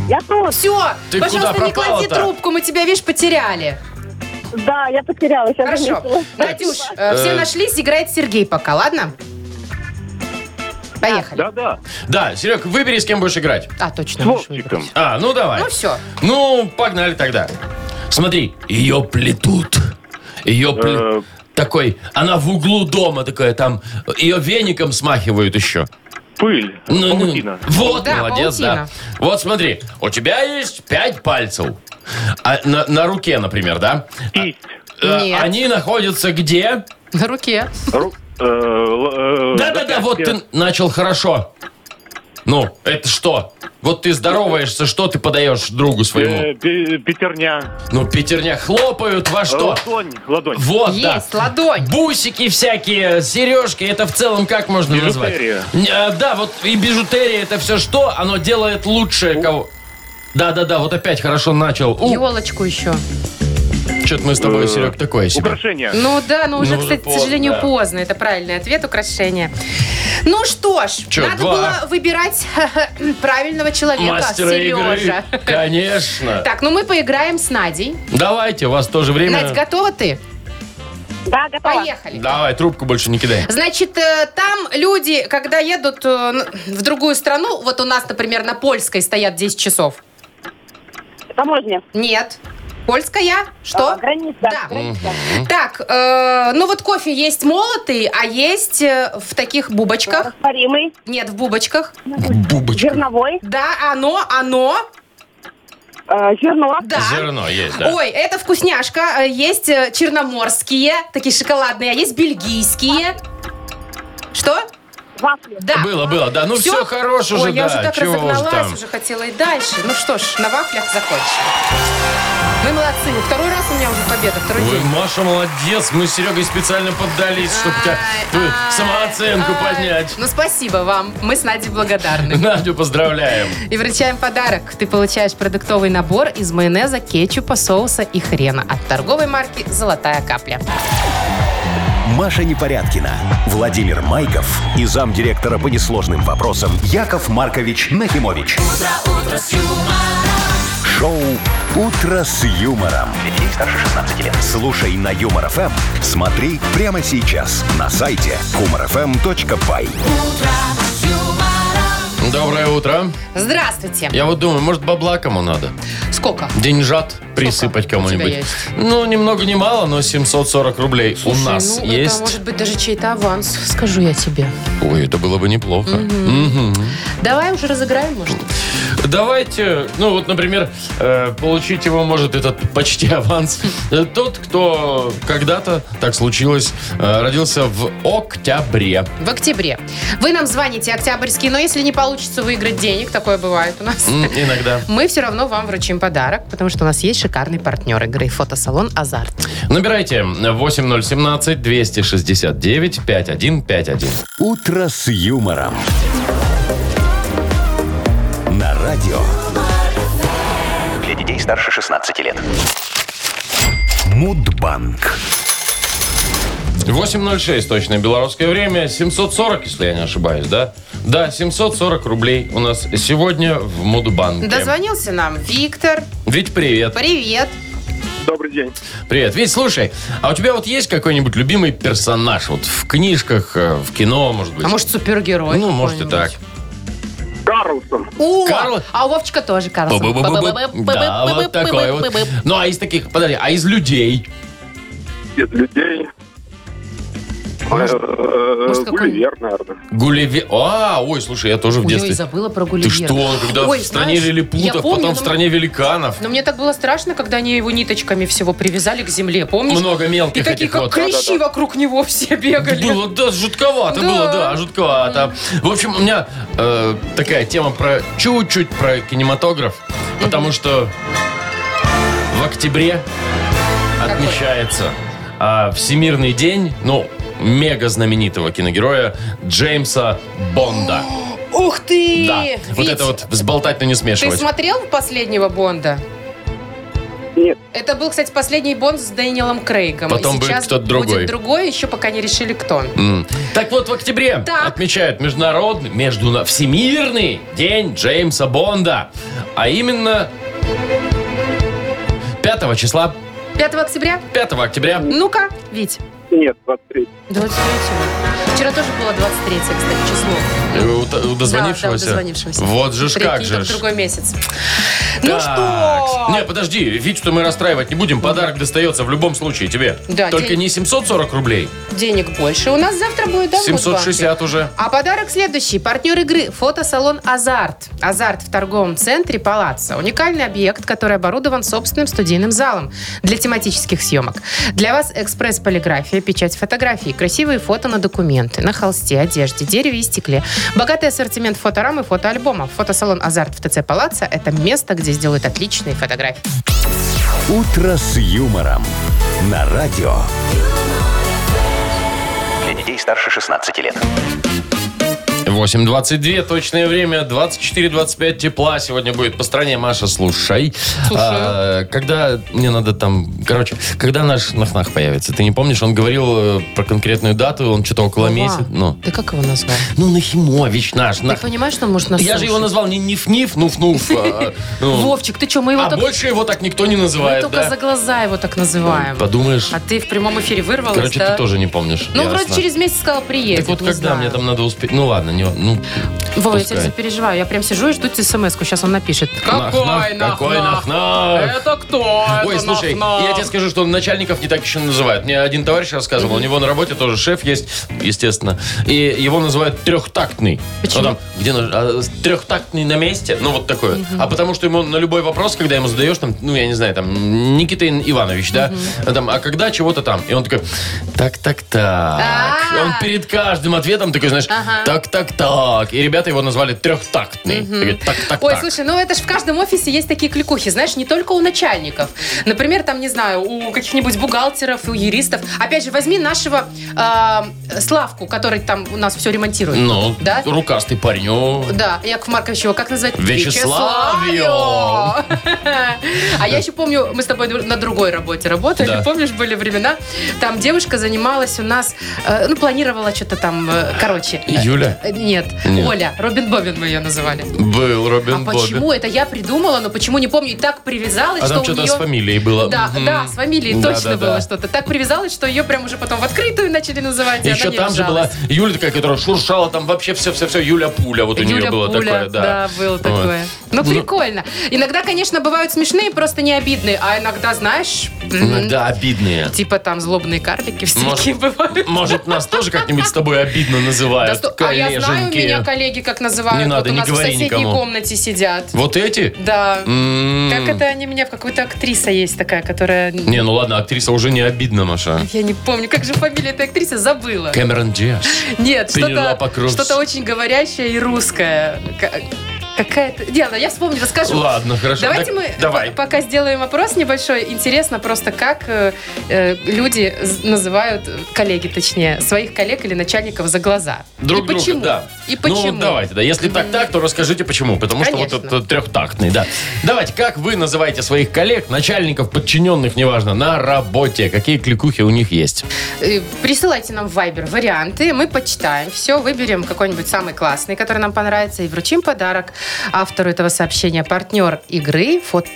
[SPEAKER 5] Я тут.
[SPEAKER 3] Все,
[SPEAKER 2] Ты
[SPEAKER 3] пожалуйста,
[SPEAKER 2] куда
[SPEAKER 3] не клади
[SPEAKER 2] пропала-то?
[SPEAKER 3] трубку, мы тебя, видишь, потеряли.
[SPEAKER 5] Да, я потеряла. Сейчас
[SPEAKER 3] Хорошо.
[SPEAKER 5] заметила.
[SPEAKER 3] Надюш, э, все
[SPEAKER 2] Э.
[SPEAKER 3] нашлись, играет Сергей пока, ладно? Поехали.
[SPEAKER 6] Да-да,
[SPEAKER 2] Да, Серег, выбери, с кем будешь играть.
[SPEAKER 3] А, точно.
[SPEAKER 6] с
[SPEAKER 3] можешь
[SPEAKER 6] Вовчиком.
[SPEAKER 3] выбрать.
[SPEAKER 2] А, ну давай.
[SPEAKER 3] Ну все.
[SPEAKER 2] Ну, погнали тогда. Смотри, ее плетут. Ее пле-
[SPEAKER 6] Э.
[SPEAKER 2] Такой, она в углу дома такая, там, ее веником смахивают еще.
[SPEAKER 6] Пыль.
[SPEAKER 2] Ну, ну,
[SPEAKER 6] Паутина.
[SPEAKER 2] вот,
[SPEAKER 3] Да,
[SPEAKER 2] молодец,
[SPEAKER 3] паутина.
[SPEAKER 2] да. Вот смотри, у тебя есть пять пальцев. А на, на руке, например, да?
[SPEAKER 6] Кисть.
[SPEAKER 2] Э,
[SPEAKER 3] Нет.
[SPEAKER 2] Они находятся
[SPEAKER 6] Э,
[SPEAKER 2] где?
[SPEAKER 3] На руке.
[SPEAKER 6] Ру- э, л- э,
[SPEAKER 2] Да-да-да, вот ты
[SPEAKER 6] запястье.
[SPEAKER 2] начал хорошо. Ну, это что? Вот ты здороваешься, что ты подаешь другу своему?
[SPEAKER 6] Э, пе- Пятерня.
[SPEAKER 2] Ну, пятерня хлопают во что?
[SPEAKER 6] Ладонь. Ладонь.
[SPEAKER 2] Вот, да.
[SPEAKER 3] Есть, ладонь.
[SPEAKER 2] Бусики всякие, сережки, это в целом как можно
[SPEAKER 6] Бижутерия.
[SPEAKER 2] назвать? Н- а, да, вот и бижутерия, это все что? Оно делает лучше кого... Да-да-да, вот опять хорошо начал.
[SPEAKER 3] Елочку еще.
[SPEAKER 2] Что-то мы с тобой, Серег, такое себе.
[SPEAKER 6] Украшение.
[SPEAKER 3] Ну да, но уже,
[SPEAKER 2] Ну, уже
[SPEAKER 3] кстати,
[SPEAKER 2] поздно,
[SPEAKER 3] к сожалению,
[SPEAKER 2] да.
[SPEAKER 3] поздно. Это правильный ответ, украшение. Ну что ж,
[SPEAKER 2] Чё,
[SPEAKER 3] надо
[SPEAKER 2] два?
[SPEAKER 3] было выбирать <laughs> правильного человека,
[SPEAKER 2] Мастера
[SPEAKER 3] Сережа.
[SPEAKER 2] игры. Конечно.
[SPEAKER 3] Так, ну мы поиграем с Надей.
[SPEAKER 2] Давайте, у вас тоже
[SPEAKER 3] Надь,
[SPEAKER 2] время.
[SPEAKER 3] готова ты?
[SPEAKER 5] Да, готова.
[SPEAKER 3] Поехали.
[SPEAKER 2] Давай, трубку больше не кидай.
[SPEAKER 3] Значит, э, там люди, когда едут э, н- в другую страну, вот у нас, например, на польской стоят 10 часов.
[SPEAKER 5] Таможня.
[SPEAKER 3] Нет. Польская? Что?
[SPEAKER 5] А, граница.
[SPEAKER 3] Да.
[SPEAKER 5] Граница.
[SPEAKER 3] Так, э, ну вот кофе есть молотый, а есть э, в таких бубочках.
[SPEAKER 5] Растворимый.
[SPEAKER 3] Нет, в бубочках.
[SPEAKER 2] Бубочка.
[SPEAKER 5] Зерновой.
[SPEAKER 3] Да, оно, оно.
[SPEAKER 5] э, Зерно.
[SPEAKER 3] Да.
[SPEAKER 2] Зерно есть, да.
[SPEAKER 3] Ой, это вкусняшка. Э, Есть э, черноморские, такие шоколадные, а есть бельгийские. Что?
[SPEAKER 5] Вафли.
[SPEAKER 3] Да.
[SPEAKER 2] Было, было, да. Ну все, хорош уже,
[SPEAKER 3] Ой,
[SPEAKER 2] да.
[SPEAKER 3] я уже так
[SPEAKER 2] Чего уж
[SPEAKER 3] разогналась,
[SPEAKER 2] там.
[SPEAKER 3] уже хотела и дальше. Ну что ж, на вафлях закончили. Вы молодцы. Второй раз у меня уже победа, второй
[SPEAKER 2] Ой,
[SPEAKER 3] день.
[SPEAKER 2] Маша, молодец. Мы с Серегой специально поддались, чтобы у тебя твою
[SPEAKER 3] Ай, ай,
[SPEAKER 2] самооценку
[SPEAKER 3] ай.
[SPEAKER 2] поднять. <laughs>
[SPEAKER 3] Ну, спасибо вам. Мы с Надей благодарны.
[SPEAKER 2] Надю поздравляем.
[SPEAKER 3] И вручаем подарок. Ты получаешь продуктовый набор из майонеза, кетчупа, соуса и хрена от торговой марки «Золотая капля».
[SPEAKER 1] Маша Непорядкина, Владимир Майков и замдиректора по несложным вопросам Яков Маркович Нахимович. Шоу Утро с юмором.
[SPEAKER 4] Для детей старше 16 лет.
[SPEAKER 1] Слушай на Юмор ФМ. Смотри прямо сейчас на сайте humorfm.by.
[SPEAKER 2] Доброе утро.
[SPEAKER 3] Здравствуйте.
[SPEAKER 2] Я вот думаю, может, бабла кому надо?
[SPEAKER 3] Сколько?
[SPEAKER 2] Деньжат присыпать
[SPEAKER 3] Сколько у тебя
[SPEAKER 2] кому-нибудь.
[SPEAKER 3] есть?
[SPEAKER 2] Ну, ни много ни мало, но 740 рублей у нас
[SPEAKER 3] ну,
[SPEAKER 2] есть.
[SPEAKER 3] это может быть даже чей-то аванс, скажу я тебе.
[SPEAKER 2] Ой, это было бы неплохо. Мгм.
[SPEAKER 3] Давай уже разыграем, может?
[SPEAKER 2] Давайте, ну вот, например, э, получить его может этот почти <laughs> аванс. э, Тот, кто когда-то, так случилось, э, родился в октябре.
[SPEAKER 3] В октябре. Вы нам звоните октябрьские, но если не получится выиграть денег, такое бывает у нас.
[SPEAKER 2] М, Иногда.
[SPEAKER 3] Мы все равно вам вручим подарок, потому что у нас есть шикарный партнер игры фотосалон «Азарт».
[SPEAKER 2] Набирайте 8017-269-5151.
[SPEAKER 1] Утро с юмором. На радио
[SPEAKER 4] Для детей старше 16 лет.
[SPEAKER 1] Мудбанк.
[SPEAKER 2] 8.06 точное белорусское время. 740, если я не ошибаюсь, да? Да, 740 рублей у нас сегодня в Мудбанке.
[SPEAKER 3] Дозвонился нам Виктор.
[SPEAKER 2] Вить, привет.
[SPEAKER 3] Привет.
[SPEAKER 6] Добрый день.
[SPEAKER 2] Привет. Вить, слушай, а у тебя вот есть какой-нибудь любимый персонаж? Вот в книжках, э, в кино, может быть?
[SPEAKER 3] А может, супергерой?
[SPEAKER 2] Ну, может и так.
[SPEAKER 3] какой-нибудь?
[SPEAKER 6] Карлсон.
[SPEAKER 3] О,
[SPEAKER 2] Карл?
[SPEAKER 3] а у Вовчика тоже Карлсон.
[SPEAKER 2] Бу-бу-бу-бу-бу. Да, вот такой вот. Ну, а из таких, подожди, а из людей?
[SPEAKER 6] из людей.
[SPEAKER 3] Может,
[SPEAKER 6] Э,
[SPEAKER 3] может, какой-
[SPEAKER 6] Гулливер, наверное.
[SPEAKER 2] Гулливер. А, ой, слушай, я тоже в
[SPEAKER 3] Ой,
[SPEAKER 2] детстве.
[SPEAKER 3] и забыла про
[SPEAKER 2] Ты
[SPEAKER 3] Гулливера.
[SPEAKER 2] что, когда
[SPEAKER 3] Ой,
[SPEAKER 2] в стране
[SPEAKER 3] знаешь, я
[SPEAKER 2] лилипутов,
[SPEAKER 3] помню,
[SPEAKER 2] потом в
[SPEAKER 3] но
[SPEAKER 2] стране великанов.
[SPEAKER 3] Но мне так было страшно, когда они его ниточками всего привязали к земле, помнишь?
[SPEAKER 2] Много
[SPEAKER 3] И
[SPEAKER 2] мелких
[SPEAKER 3] такие,
[SPEAKER 2] этих
[SPEAKER 3] как
[SPEAKER 2] вот.
[SPEAKER 3] клещи вокруг него все бегали.
[SPEAKER 2] Было, да, жутковато
[SPEAKER 3] Да.
[SPEAKER 2] было, да, жутковато. В общем, у меня э, такая тема про чуть-чуть про кинематограф, потому что в октябре отмечается а, Всемирный день, ну, мега знаменитого киногероя Джеймса Бонда.
[SPEAKER 3] Ух ты!
[SPEAKER 2] да, вот
[SPEAKER 3] Вить,
[SPEAKER 2] это вот взболтать, но не
[SPEAKER 3] Ты
[SPEAKER 2] смешивать.
[SPEAKER 3] смотрел последнего Бонда?
[SPEAKER 6] Нет.
[SPEAKER 3] Это был, кстати, последний Бонд с Дэниелом Крейгом.
[SPEAKER 2] Потом
[SPEAKER 3] И
[SPEAKER 2] будет
[SPEAKER 3] сейчас
[SPEAKER 2] кто-то другой.
[SPEAKER 3] Будет другой, еще пока не решили, кто.
[SPEAKER 2] М. Так вот, в октябре
[SPEAKER 3] Так.
[SPEAKER 2] отмечают Международный, междуна- Всемирный день Джеймса Бонда. А именно 5 числа,
[SPEAKER 3] 5 октября?
[SPEAKER 2] 5 октября.
[SPEAKER 3] Ну-ка, Вить.
[SPEAKER 6] Нет, 23.
[SPEAKER 3] 23 Вчера тоже было 23 кстати, число.
[SPEAKER 2] э, У, т- у дозвонившегося.
[SPEAKER 3] Да, да, у дозвонившегося.
[SPEAKER 2] Вот же ж как
[SPEAKER 3] Прикинь,
[SPEAKER 2] же.
[SPEAKER 3] там
[SPEAKER 2] ж.
[SPEAKER 3] другой месяц. Ну
[SPEAKER 2] Такс. Не,
[SPEAKER 3] что?
[SPEAKER 2] подожди, Витю-то мы расстраивать не будем. Подарок достается в любом случае тебе.
[SPEAKER 3] Да,
[SPEAKER 2] Только
[SPEAKER 3] день-
[SPEAKER 2] не 740 рублей,
[SPEAKER 3] Денег больше. У нас завтра будет, да, в Мудбанке?
[SPEAKER 2] 760 уже.
[SPEAKER 3] А подарок следующий. Партнер игры – фотосалон «Азарт». «Азарт» в торговом центре «Палаца». Уникальный объект, который оборудован собственным студийным залом для тематических съемок. Для вас экспресс-полиграфия, печать фотографий, красивые фото на документы, на холсте, одежде, дереве и стекле. Богатый ассортимент фоторам и фотоальбомов. Фотосалон «Азарт» в ТЦ «Палаца» – это место, где сделают отличные фотографии.
[SPEAKER 1] «Утро с юмором» на радио.
[SPEAKER 4] Для детей старше 16 лет.
[SPEAKER 2] 8.22, точное время, 24-25 тепла сегодня будет по стране. Маша, слушай. А, когда, мне надо там, короче, когда наш Нахнах появится? Ты не помнишь, он говорил э, про конкретную дату, он что-то около месяца, ну.
[SPEAKER 3] Ты как его назвал?
[SPEAKER 2] Ну, Нахимович наш.
[SPEAKER 3] Ты
[SPEAKER 2] Нах-
[SPEAKER 3] понимаешь, что он может нас
[SPEAKER 2] Я же его
[SPEAKER 3] слушать?
[SPEAKER 2] назвал не Ниф-Ниф, Нуф-Нуф. а,
[SPEAKER 3] <laughs>
[SPEAKER 2] ну.
[SPEAKER 3] Вовчик, ты что, мы его
[SPEAKER 2] А
[SPEAKER 3] только-
[SPEAKER 2] больше его так никто не
[SPEAKER 3] Мы
[SPEAKER 2] называет,
[SPEAKER 3] только за
[SPEAKER 2] да?
[SPEAKER 3] глаза его так называем.
[SPEAKER 2] Подумаешь.
[SPEAKER 3] А ты в прямом эфире вырвалась,
[SPEAKER 2] Короче,
[SPEAKER 3] да?
[SPEAKER 2] ты тоже не помнишь.
[SPEAKER 3] Ну,
[SPEAKER 2] ясно.
[SPEAKER 3] вроде через месяц сказал, приедет.
[SPEAKER 2] Так вот,
[SPEAKER 3] не
[SPEAKER 2] когда
[SPEAKER 3] знаю.
[SPEAKER 2] мне там надо успеть? Ну, ладно, не... Ну,
[SPEAKER 3] Вова, я тебя
[SPEAKER 2] пускай.
[SPEAKER 3] запереживаю. Я прям сижу и жду тебе смс-ку. Сейчас он напишет.
[SPEAKER 2] Нах-нах, какой нах-нах?
[SPEAKER 3] Это кто?
[SPEAKER 2] Ой,
[SPEAKER 3] Это
[SPEAKER 2] слушай,
[SPEAKER 3] нах-нах?
[SPEAKER 2] я тебе скажу, что начальников не так еще называют. Мне один товарищ рассказывал, у него на работе тоже шеф есть, естественно, и его называют трехтактный.
[SPEAKER 3] Почему?
[SPEAKER 2] Ну, там, где наж- а, трехтактный на месте, ну вот такое. А потому что ему на любой вопрос, когда ему задаешь, там, ну я не знаю, там Никита Ин- Иванович, да, а там, а когда чего-то там, и он такой, так, так, так.
[SPEAKER 3] А.
[SPEAKER 2] И Он перед каждым ответом такой, знаешь,
[SPEAKER 3] Ага.
[SPEAKER 2] так, так, так. И ребята его назвали трехтактный. Такие, Так, так,
[SPEAKER 3] Ой,
[SPEAKER 2] так.
[SPEAKER 3] слушай, ну это ж в каждом офисе есть такие кликухи, знаешь, не только у начальников. Например, там, не знаю, у каких-нибудь бухгалтеров, у юристов. Опять же, возьми нашего э, Славку, который там у нас все ремонтирует.
[SPEAKER 2] Ну,
[SPEAKER 3] да?
[SPEAKER 2] рукастый парень. о.
[SPEAKER 3] Да, Яков Маркович его как назвать?
[SPEAKER 2] Вячеславио.
[SPEAKER 3] А я еще помню, мы с тобой на другой работе работали.
[SPEAKER 2] Да.
[SPEAKER 3] Помнишь, были времена, там девушка занималась у нас, э, ну, планировала что-то там, э, короче.
[SPEAKER 2] Юля?
[SPEAKER 3] Э, Нет,
[SPEAKER 2] Нет.
[SPEAKER 3] Оля, Робин Бобин мы ее называли.
[SPEAKER 2] Был
[SPEAKER 3] А
[SPEAKER 2] Робин Бобби.
[SPEAKER 3] почему? Это я придумала, но почему не помню. И так привязалась,
[SPEAKER 2] А
[SPEAKER 3] что
[SPEAKER 2] там
[SPEAKER 3] у
[SPEAKER 2] что-то
[SPEAKER 3] нее...
[SPEAKER 2] с фамилией было.
[SPEAKER 3] Да,
[SPEAKER 2] Мгм.
[SPEAKER 3] да, с фамилией
[SPEAKER 2] Да,
[SPEAKER 3] точно
[SPEAKER 2] да,
[SPEAKER 3] было
[SPEAKER 2] да.
[SPEAKER 3] что-то. Так привязалась, что ее прям уже потом в открытую начали называть, и
[SPEAKER 2] Еще
[SPEAKER 3] она не
[SPEAKER 2] там же была
[SPEAKER 3] ржалась.
[SPEAKER 2] Юля такая, которая шуршала там вообще все-все-все. Юля Пуля, вот у нее
[SPEAKER 3] Юля
[SPEAKER 2] было
[SPEAKER 3] Пуля,
[SPEAKER 2] такое, да.
[SPEAKER 3] было
[SPEAKER 2] Вот.
[SPEAKER 3] такое. Ну,
[SPEAKER 2] Ну,
[SPEAKER 3] прикольно. Иногда, конечно, бывают смешные, просто не обидные. А иногда, знаешь, м,
[SPEAKER 2] Иногда Ну, обидные.
[SPEAKER 3] типа там злобные карлики всякие
[SPEAKER 2] Может,
[SPEAKER 3] <laughs> бывают.
[SPEAKER 2] может, нас тоже как-нибудь с тобой обидно
[SPEAKER 3] Да
[SPEAKER 2] называют,
[SPEAKER 3] что- а я знаю,
[SPEAKER 2] коллеженьки.
[SPEAKER 3] меня коллеги как называют.
[SPEAKER 2] Не надо,
[SPEAKER 3] вот у
[SPEAKER 2] не
[SPEAKER 3] нас в
[SPEAKER 2] говори
[SPEAKER 3] соседней
[SPEAKER 2] никому.
[SPEAKER 3] комнате сидят.
[SPEAKER 2] Вот эти?
[SPEAKER 3] Да.
[SPEAKER 2] М.
[SPEAKER 3] Как это они меня, какая-то актриса есть такая, которая...
[SPEAKER 2] Не, ну ладно, актриса уже не обидна, Маша.
[SPEAKER 3] Я не помню, как же фамилия этой актрисы, забыла.
[SPEAKER 2] Кэмерон Диас.
[SPEAKER 3] Нет,
[SPEAKER 2] Пенелопа
[SPEAKER 3] что-то
[SPEAKER 2] Круз.
[SPEAKER 3] что очень говорящее и русское. К- Какая-то... Диана, я вспомню, расскажу.
[SPEAKER 2] Ладно, хорошо.
[SPEAKER 3] Давайте
[SPEAKER 2] Так,
[SPEAKER 3] мы
[SPEAKER 2] Давай.
[SPEAKER 3] по- пока сделаем опрос небольшой. Интересно просто, как э, э, люди з- называют, э, коллеги точнее, своих коллег или начальников за глаза.
[SPEAKER 2] Друг
[SPEAKER 3] И
[SPEAKER 2] друга,
[SPEAKER 3] почему?
[SPEAKER 2] да.
[SPEAKER 3] И почему?
[SPEAKER 2] Ну, давайте, да. Если так так, то расскажите, почему. Потому что
[SPEAKER 3] Конечно.
[SPEAKER 2] вот этот э, трехтактный, да. Давайте, как вы называете своих коллег, начальников, подчиненных, неважно, на работе? Какие кликухи у них есть?
[SPEAKER 3] Э, Присылайте нам в Viber варианты, мы почитаем все, выберем какой-нибудь самый классный, который нам понравится, и вручим подарок автору этого сообщения. Партнер игры, фот...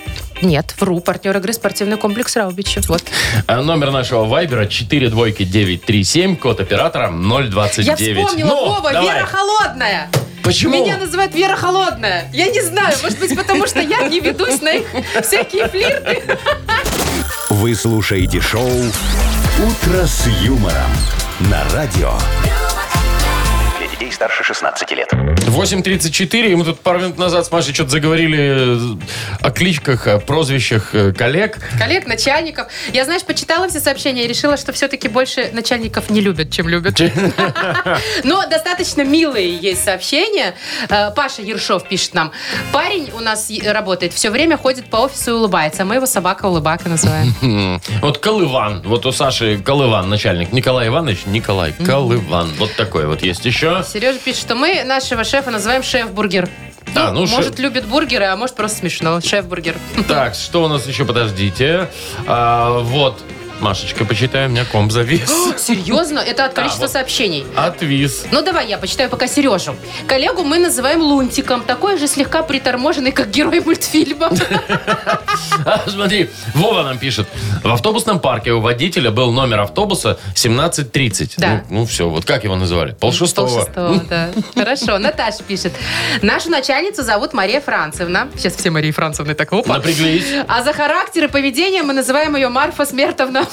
[SPEAKER 3] Нет, вру, партнер игры спортивный комплекс Раубичи. Вот.
[SPEAKER 2] А номер нашего вайбера 4 двойки 937, код оператора 029.
[SPEAKER 3] Я вспомнила,
[SPEAKER 2] ну,
[SPEAKER 3] Вова,
[SPEAKER 2] давай.
[SPEAKER 3] Вера Холодная.
[SPEAKER 2] Почему?
[SPEAKER 3] Меня называют Вера Холодная. Я не знаю, может быть, потому что я не ведусь на их всякие флирты.
[SPEAKER 1] Вы слушаете шоу «Утро с юмором» на радио.
[SPEAKER 4] Для детей старше 16 лет.
[SPEAKER 2] 8.34, и мы тут пару минут назад с Машей что-то заговорили э, о кличках, о прозвищах э, коллег.
[SPEAKER 3] Коллег, начальников. Я, знаешь, почитала все сообщения и решила, что все-таки больше начальников не любят, чем любят. Но достаточно милые есть сообщения. Э, Паша Ершов пишет нам. Парень у нас е- работает, все время ходит по офису и улыбается. а Мы его
[SPEAKER 2] <laughs>
[SPEAKER 3] собака-улыбака называем.
[SPEAKER 2] М, Вот Колыван, вот у Саши Колыван начальник. Николай Иванович, Николай Колыван. Вот такой вот есть еще.
[SPEAKER 3] Сережа пишет, что мы нашего шефа называем шеф-бургер.
[SPEAKER 2] А, ну, шеф-
[SPEAKER 3] может, любит бургеры, а может, просто
[SPEAKER 2] <laughs>
[SPEAKER 3] смешно. Шеф-бургер.
[SPEAKER 2] Так, что у нас еще? Подождите. А, вот, Машечка, почитай, у меня ком завис.
[SPEAKER 3] Серьезно? Это от
[SPEAKER 2] Да,
[SPEAKER 3] количества
[SPEAKER 2] вот.
[SPEAKER 3] сообщений.
[SPEAKER 2] Отвис. <laughs>
[SPEAKER 3] Ну, давай я почитаю пока Сережу. Коллегу мы называем Лунтиком. Такой же слегка приторможенный, как герой
[SPEAKER 2] <laughs>
[SPEAKER 3] мультфильма.
[SPEAKER 2] А, смотри, Вова нам пишет. В автобусном парке у водителя был номер автобуса 1730.
[SPEAKER 3] Да.
[SPEAKER 2] Ну, все, вот как его называли? Полшестого.
[SPEAKER 3] Полшестого, да. Хорошо. Наташа пишет. Нашу начальницу зовут Мария Францевна. Сейчас все Марии Францевны так
[SPEAKER 2] <laughs>
[SPEAKER 3] опа.
[SPEAKER 2] Напряглись.
[SPEAKER 3] А за характер и поведение мы называем ее Марфа Смертовна.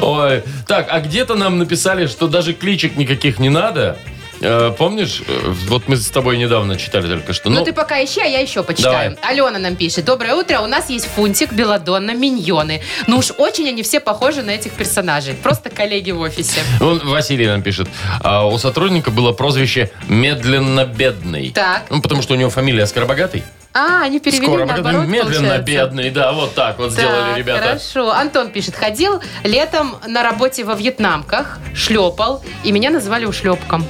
[SPEAKER 2] Ой, так, а где-то нам написали, что даже кличек никаких не надо. Э, помнишь, э, вот мы с тобой недавно читали только что.
[SPEAKER 3] Ну,
[SPEAKER 2] Ну,
[SPEAKER 3] ты пока ищи, а я еще почитаю. Алена нам пишет. Доброе утро. У нас есть Фунтик, Беладонна, Миньоны. Ну уж очень они все похожи на этих персонажей. Просто коллеги в офисе.
[SPEAKER 2] вон Василий нам пишет. а, у сотрудника было прозвище «Медленно бедный».
[SPEAKER 3] Так.
[SPEAKER 2] Ну, потому что у него фамилия Скоробогатый.
[SPEAKER 3] А, они перевели наоборот,
[SPEAKER 2] медленно
[SPEAKER 3] получается.
[SPEAKER 2] бедный, да, вот так вот сделали
[SPEAKER 3] Так,
[SPEAKER 2] ребята.
[SPEAKER 3] Хорошо. Антон пишет. Ходил летом на работе во вьетнамках, шлепал, и меня называли ушлепком.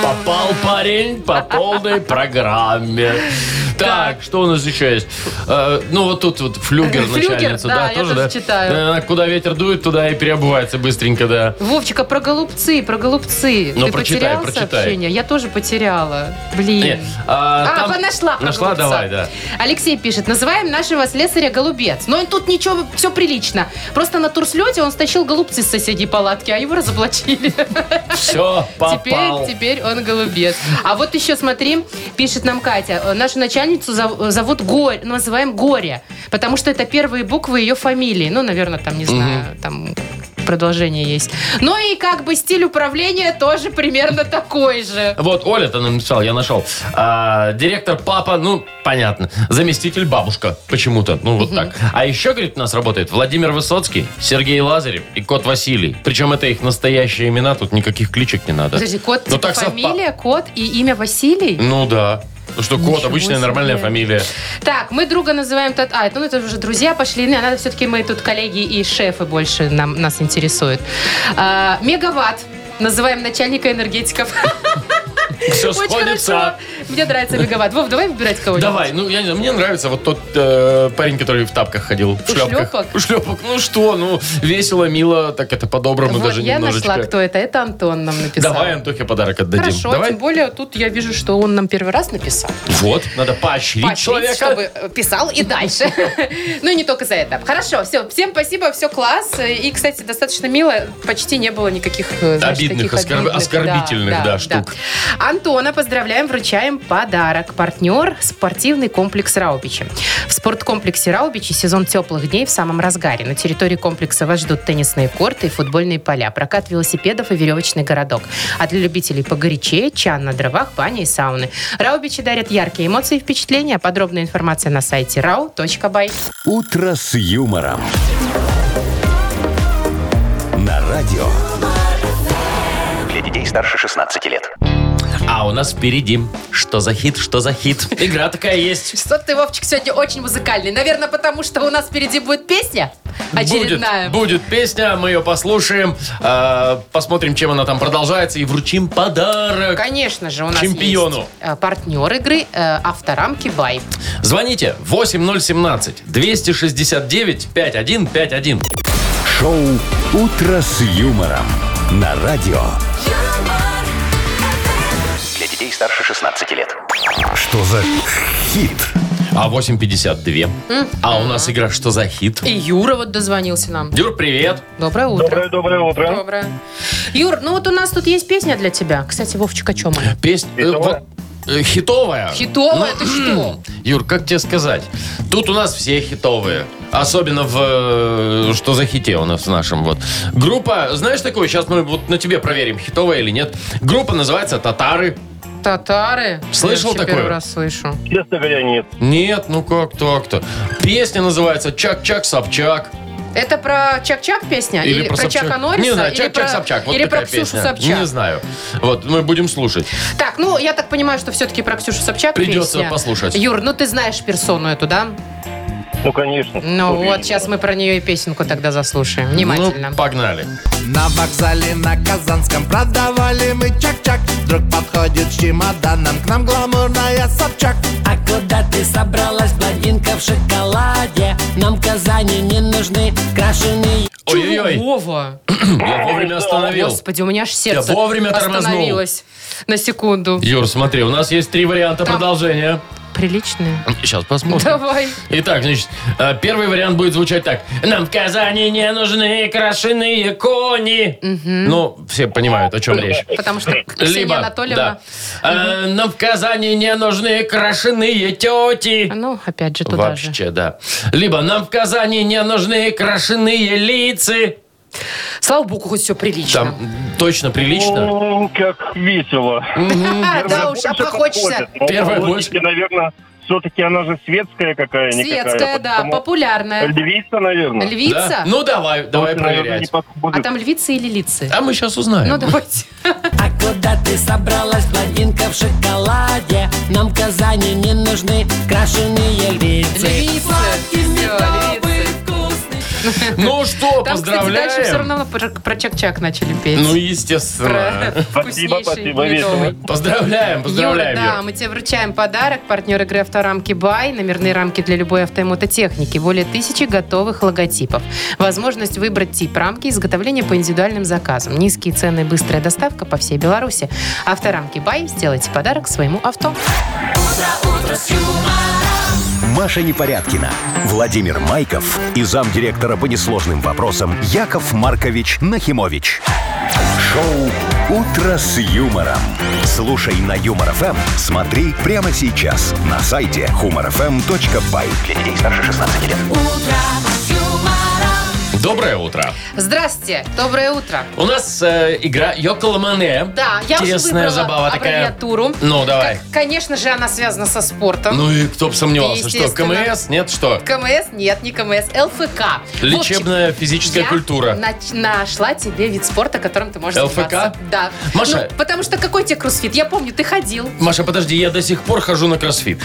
[SPEAKER 2] Попал парень по полной
[SPEAKER 3] <laughs>
[SPEAKER 2] программе. Так, что у нас еще есть? Э, ну, вот тут вот флюгер
[SPEAKER 3] Флюгер,
[SPEAKER 2] начальница,
[SPEAKER 3] да,
[SPEAKER 2] да,
[SPEAKER 3] я
[SPEAKER 2] тоже,
[SPEAKER 3] тоже
[SPEAKER 2] да?
[SPEAKER 3] читаю.
[SPEAKER 2] Да, она Куда ветер дует, туда и переобувается быстренько, да.
[SPEAKER 3] Вовчика, про голубцы, про голубцы.
[SPEAKER 2] Ну,
[SPEAKER 3] Ты
[SPEAKER 2] прочитай,
[SPEAKER 3] потерял
[SPEAKER 2] прочитай.
[SPEAKER 3] сообщение? Я тоже потеряла. Блин.
[SPEAKER 2] Не, а,
[SPEAKER 3] А,
[SPEAKER 2] там-
[SPEAKER 3] нашла. про
[SPEAKER 2] Нашла,
[SPEAKER 3] голубца.
[SPEAKER 2] давай,
[SPEAKER 3] <laughs>
[SPEAKER 2] да.
[SPEAKER 3] Алексей пишет, называем нашего слесаря голубец. Но тут ничего, все прилично. Просто на турслете он стащил голубцы с соседней палатки, а его разоблачили.
[SPEAKER 2] Все, попал.
[SPEAKER 3] Теперь, теперь он голубец. А вот еще, смотри, пишет нам Катя, э, нашу начальницу зов- э, зовут Горе, ну, называем Горе, потому что это первые буквы ее фамилии. Ну, наверное, там, не знаю, там продолжение есть. Ну и как бы стиль управления тоже примерно такой же.
[SPEAKER 2] Вот, Оля-то нам написала, я нашел. А, директор папа, ну, понятно. Заместитель бабушка, почему-то. Ну, вот так. А еще, говорит, у нас работает Владимир Высоцкий, Сергей Лазарев и кот Василий. Причем это их настоящие имена, тут никаких кличек не надо.
[SPEAKER 3] Подожди, кот,
[SPEAKER 2] Ну,
[SPEAKER 3] типа,
[SPEAKER 2] так совпа-
[SPEAKER 3] фамилия, кот и имя Василий?
[SPEAKER 2] Ну, да. Ну что, кот,
[SPEAKER 3] Ничего
[SPEAKER 2] обычная
[SPEAKER 3] себе.
[SPEAKER 2] нормальная фамилия.
[SPEAKER 3] Так, мы друга называем... Тат... А, это, ну это уже друзья пошли. Не, надо все-таки мы тут коллеги и шефы больше нам, нас интересуют. А, мегаватт. Называем начальника энергетиков.
[SPEAKER 2] Все
[SPEAKER 3] Очень
[SPEAKER 2] сходится.
[SPEAKER 3] хорошо. Мне нравится мегаватт. Вов, давай выбирать кого-нибудь.
[SPEAKER 2] Давай, ну я не знаю, мне нравится вот тот э, парень, который в тапках ходил, в
[SPEAKER 3] У
[SPEAKER 2] шлепках.
[SPEAKER 3] шлепок?
[SPEAKER 2] У шлепок. Ну что, ну весело, мило, так это по-доброму
[SPEAKER 3] Вот,
[SPEAKER 2] даже
[SPEAKER 3] я
[SPEAKER 2] немножечко.
[SPEAKER 3] нашла, кто это. Это Антон нам написал.
[SPEAKER 2] Давай Антохе подарок отдадим.
[SPEAKER 3] Хорошо, типа,
[SPEAKER 2] Давай.
[SPEAKER 3] тем более тут я вижу, что он нам первый раз написал.
[SPEAKER 2] Вот, надо поощрить, человека.
[SPEAKER 3] Поощрить, чтобы э, писал и дальше. <laughs> Ну и не только за это. Хорошо, все, всем спасибо, все класс. И, кстати, достаточно мило, почти не было никаких э, знаешь,
[SPEAKER 2] Обидных,
[SPEAKER 3] таких
[SPEAKER 2] оскорб-
[SPEAKER 3] обидных,
[SPEAKER 2] оскорбительных, да, штук.
[SPEAKER 3] Антона поздравляем, вручаем подарок. Партнер – спортивный комплекс «Раубичи». В спорткомплексе «Раубичи» сезон теплых дней в самом разгаре. На территории комплекса вас ждут теннисные корты и футбольные поля, прокат велосипедов и веревочный городок. А для любителей погорячее – чан на дровах, баня и сауны. «Раубичи» дарят яркие эмоции и впечатления. Подробная информация на сайте rau.by.
[SPEAKER 1] «Утро с юмором». На радио.
[SPEAKER 4] Для детей старше 16 лет.
[SPEAKER 2] А у нас впереди что за хит, что за хит. Игра такая есть.
[SPEAKER 3] Что ты, Вовчик, сегодня очень музыкальный. Наверное, потому что у нас впереди будет песня очередная.
[SPEAKER 2] Будет, будет песня, мы ее послушаем, э, посмотрим, чем она там продолжается и вручим подарок.
[SPEAKER 3] Конечно же, у нас
[SPEAKER 2] Чемпиону.
[SPEAKER 3] есть э, партнер игры э, «Авторамки Бай».
[SPEAKER 2] Звоните 8017-269-5151.
[SPEAKER 1] Шоу «Утро с юмором». На радио.
[SPEAKER 4] Для детей старше 16 лет.
[SPEAKER 1] Что за хит?
[SPEAKER 2] А 852. А у нас игра «Что за хит?»
[SPEAKER 3] И Юра вот дозвонился нам.
[SPEAKER 2] Дюр, привет.
[SPEAKER 3] Доброе утро.
[SPEAKER 6] Доброе, доброе утро.
[SPEAKER 3] Доброе. Юр, ну вот у нас тут есть песня для тебя. Кстати, Вовчик, о чем она?
[SPEAKER 2] Песня... э,
[SPEAKER 6] Хитовая?
[SPEAKER 2] вот, э, Хитовая. Ну, хм.
[SPEAKER 3] Хитовая, ты что?
[SPEAKER 2] Юр, как тебе сказать? Тут у нас все хитовые. Особенно в... э, Что за хите у нас в нашем вот. Группа, знаешь такую, сейчас мы вот на тебе проверим, хитовая или нет. Группа называется «Татары».
[SPEAKER 3] Татары.
[SPEAKER 2] Слышал
[SPEAKER 3] Я вообще
[SPEAKER 2] такое?
[SPEAKER 3] Первый раз слышу.
[SPEAKER 7] Честно говоря, нет.
[SPEAKER 2] Нет, ну как так-то? Песня называется «Чак-чак Собчак».
[SPEAKER 3] Это про Чак-Чак песня?
[SPEAKER 2] Или, про,
[SPEAKER 3] А, про
[SPEAKER 2] Собчак.
[SPEAKER 3] Чака Норриса?
[SPEAKER 2] Не знаю,
[SPEAKER 3] Или
[SPEAKER 2] Чак-Чак
[SPEAKER 3] про-
[SPEAKER 2] Собчак. Вот
[SPEAKER 3] или про
[SPEAKER 2] такая
[SPEAKER 3] Ксюшу
[SPEAKER 2] песня.
[SPEAKER 3] Собчак?
[SPEAKER 2] Не знаю. Вот, мы будем слушать.
[SPEAKER 3] Так, ну, я так понимаю, что все-таки про Ксюшу Собчак
[SPEAKER 2] Придется
[SPEAKER 3] песня.
[SPEAKER 2] послушать.
[SPEAKER 3] Юр, ну ты знаешь персону эту, да?
[SPEAKER 7] Ну, конечно.
[SPEAKER 3] Ну
[SPEAKER 7] Уверен.
[SPEAKER 3] вот, сейчас мы про нее и песенку тогда заслушаем. Внимательно.
[SPEAKER 2] Ну, погнали.
[SPEAKER 8] На вокзале на Казанском продавали мы чак-чак Вдруг подходит с чемоданом к нам гламурная Собчак
[SPEAKER 9] А куда ты собралась, блондинка в шоколаде? Нам Казани не нужны крашеные
[SPEAKER 2] Ой-ой-ой,
[SPEAKER 3] Вова!
[SPEAKER 2] я вовремя остановил.
[SPEAKER 3] Господи, у меня аж сердце
[SPEAKER 2] Я вовремя тормознул.
[SPEAKER 3] остановилось на секунду.
[SPEAKER 2] Юр, смотри, у нас есть три варианта
[SPEAKER 3] Там-
[SPEAKER 2] продолжения.
[SPEAKER 3] Приличные.
[SPEAKER 2] Сейчас посмотрим.
[SPEAKER 3] Давай.
[SPEAKER 2] Итак, значит, э, первый вариант будет звучать так. Нам в Казани не нужны крашеные кони. Ну, все понимают, о чем речь.
[SPEAKER 3] Потому что Ксения
[SPEAKER 2] <laughs> Либо,
[SPEAKER 3] Анатольевна...
[SPEAKER 2] да. «Э, нам в Казани не нужны крашеные тети.
[SPEAKER 3] Ну, опять же, туда
[SPEAKER 2] Вообще,
[SPEAKER 3] же.
[SPEAKER 2] да. Либо нам в Казани не нужны крашеные лицы.
[SPEAKER 3] Слава богу, хоть все прилично.
[SPEAKER 2] Там точно прилично.
[SPEAKER 7] О, Как весело.
[SPEAKER 2] ну,
[SPEAKER 3] А, да уж,
[SPEAKER 7] Больше
[SPEAKER 3] а похочешься.
[SPEAKER 7] подходит. Ну,
[SPEAKER 2] Первая
[SPEAKER 7] по
[SPEAKER 2] больше.
[SPEAKER 7] логике, наверное, все-таки она же светская какая-никакая.
[SPEAKER 3] Светская, да,
[SPEAKER 7] потому
[SPEAKER 3] популярная.
[SPEAKER 7] Львица, наверное.
[SPEAKER 3] Львица?
[SPEAKER 2] Да? Ну, давай, давай
[SPEAKER 7] Тоже, наверное,
[SPEAKER 2] проверять.
[SPEAKER 7] не подходит.
[SPEAKER 3] А там львицы или лицы?
[SPEAKER 2] А мы сейчас узнаем.
[SPEAKER 3] Ну, давайте.
[SPEAKER 9] А куда ты собралась, блондинка в шоколаде? Нам Казани не нужны крашеные лицы.
[SPEAKER 3] Львицы. Всё, львицы.
[SPEAKER 2] Ну что,
[SPEAKER 3] Там, кстати,
[SPEAKER 2] поздравляем.
[SPEAKER 3] дальше все равно про, про Чак-Чак начали петь.
[SPEAKER 2] Ну, естественно.
[SPEAKER 3] Про
[SPEAKER 7] Спасибо,
[SPEAKER 3] вкуснейший
[SPEAKER 7] спасибо, весело.
[SPEAKER 3] медовый.
[SPEAKER 2] Поздравляем, поздравляем,
[SPEAKER 3] Юра, да, мы тебе вручаем подарок. Партнер игры «Авторамки Бай». Номерные рамки для любой авто и мототехники. Более тысячи готовых логотипов. Возможность выбрать тип рамки, изготовление по индивидуальным заказам. Низкие цены и быстрая доставка по всей Беларуси. «Авторамки Бай». Сделайте подарок своему авто.
[SPEAKER 1] Маша Непорядкина, Владимир Майков и замдиректора по несложным вопросам Яков Маркович Нахимович. Шоу «Утро с юмором». Слушай на Юмор ФМ, смотри прямо сейчас на сайте humorfm.by. Для детей старше 16 лет.
[SPEAKER 2] Юр. Доброе утро.
[SPEAKER 3] Здрасте, доброе утро.
[SPEAKER 2] У нас э, игра Йоколомане.
[SPEAKER 3] Да, я уже
[SPEAKER 2] Тесная
[SPEAKER 3] выбрала
[SPEAKER 2] забава такая.
[SPEAKER 3] аббревиатуру.
[SPEAKER 2] Ну, давай.
[SPEAKER 3] Как- конечно же, она связана со спортом.
[SPEAKER 2] Ну и кто бы сомневался, что
[SPEAKER 3] Естественно.
[SPEAKER 2] КМС? Нет, что?
[SPEAKER 3] КМС? Нет, не КМС. ЛФК.
[SPEAKER 2] Лечебная физическая
[SPEAKER 3] я
[SPEAKER 2] культура.
[SPEAKER 3] нач- нашла тебе вид спорта, которым ты можешь
[SPEAKER 2] ЛФК?
[SPEAKER 3] заниматься. Да.
[SPEAKER 2] Маша-
[SPEAKER 3] Ну, потому что какой тебе кроссфит? Я помню, ты ходил.
[SPEAKER 2] Маша, подожди, я до сих пор хожу на кроссфит.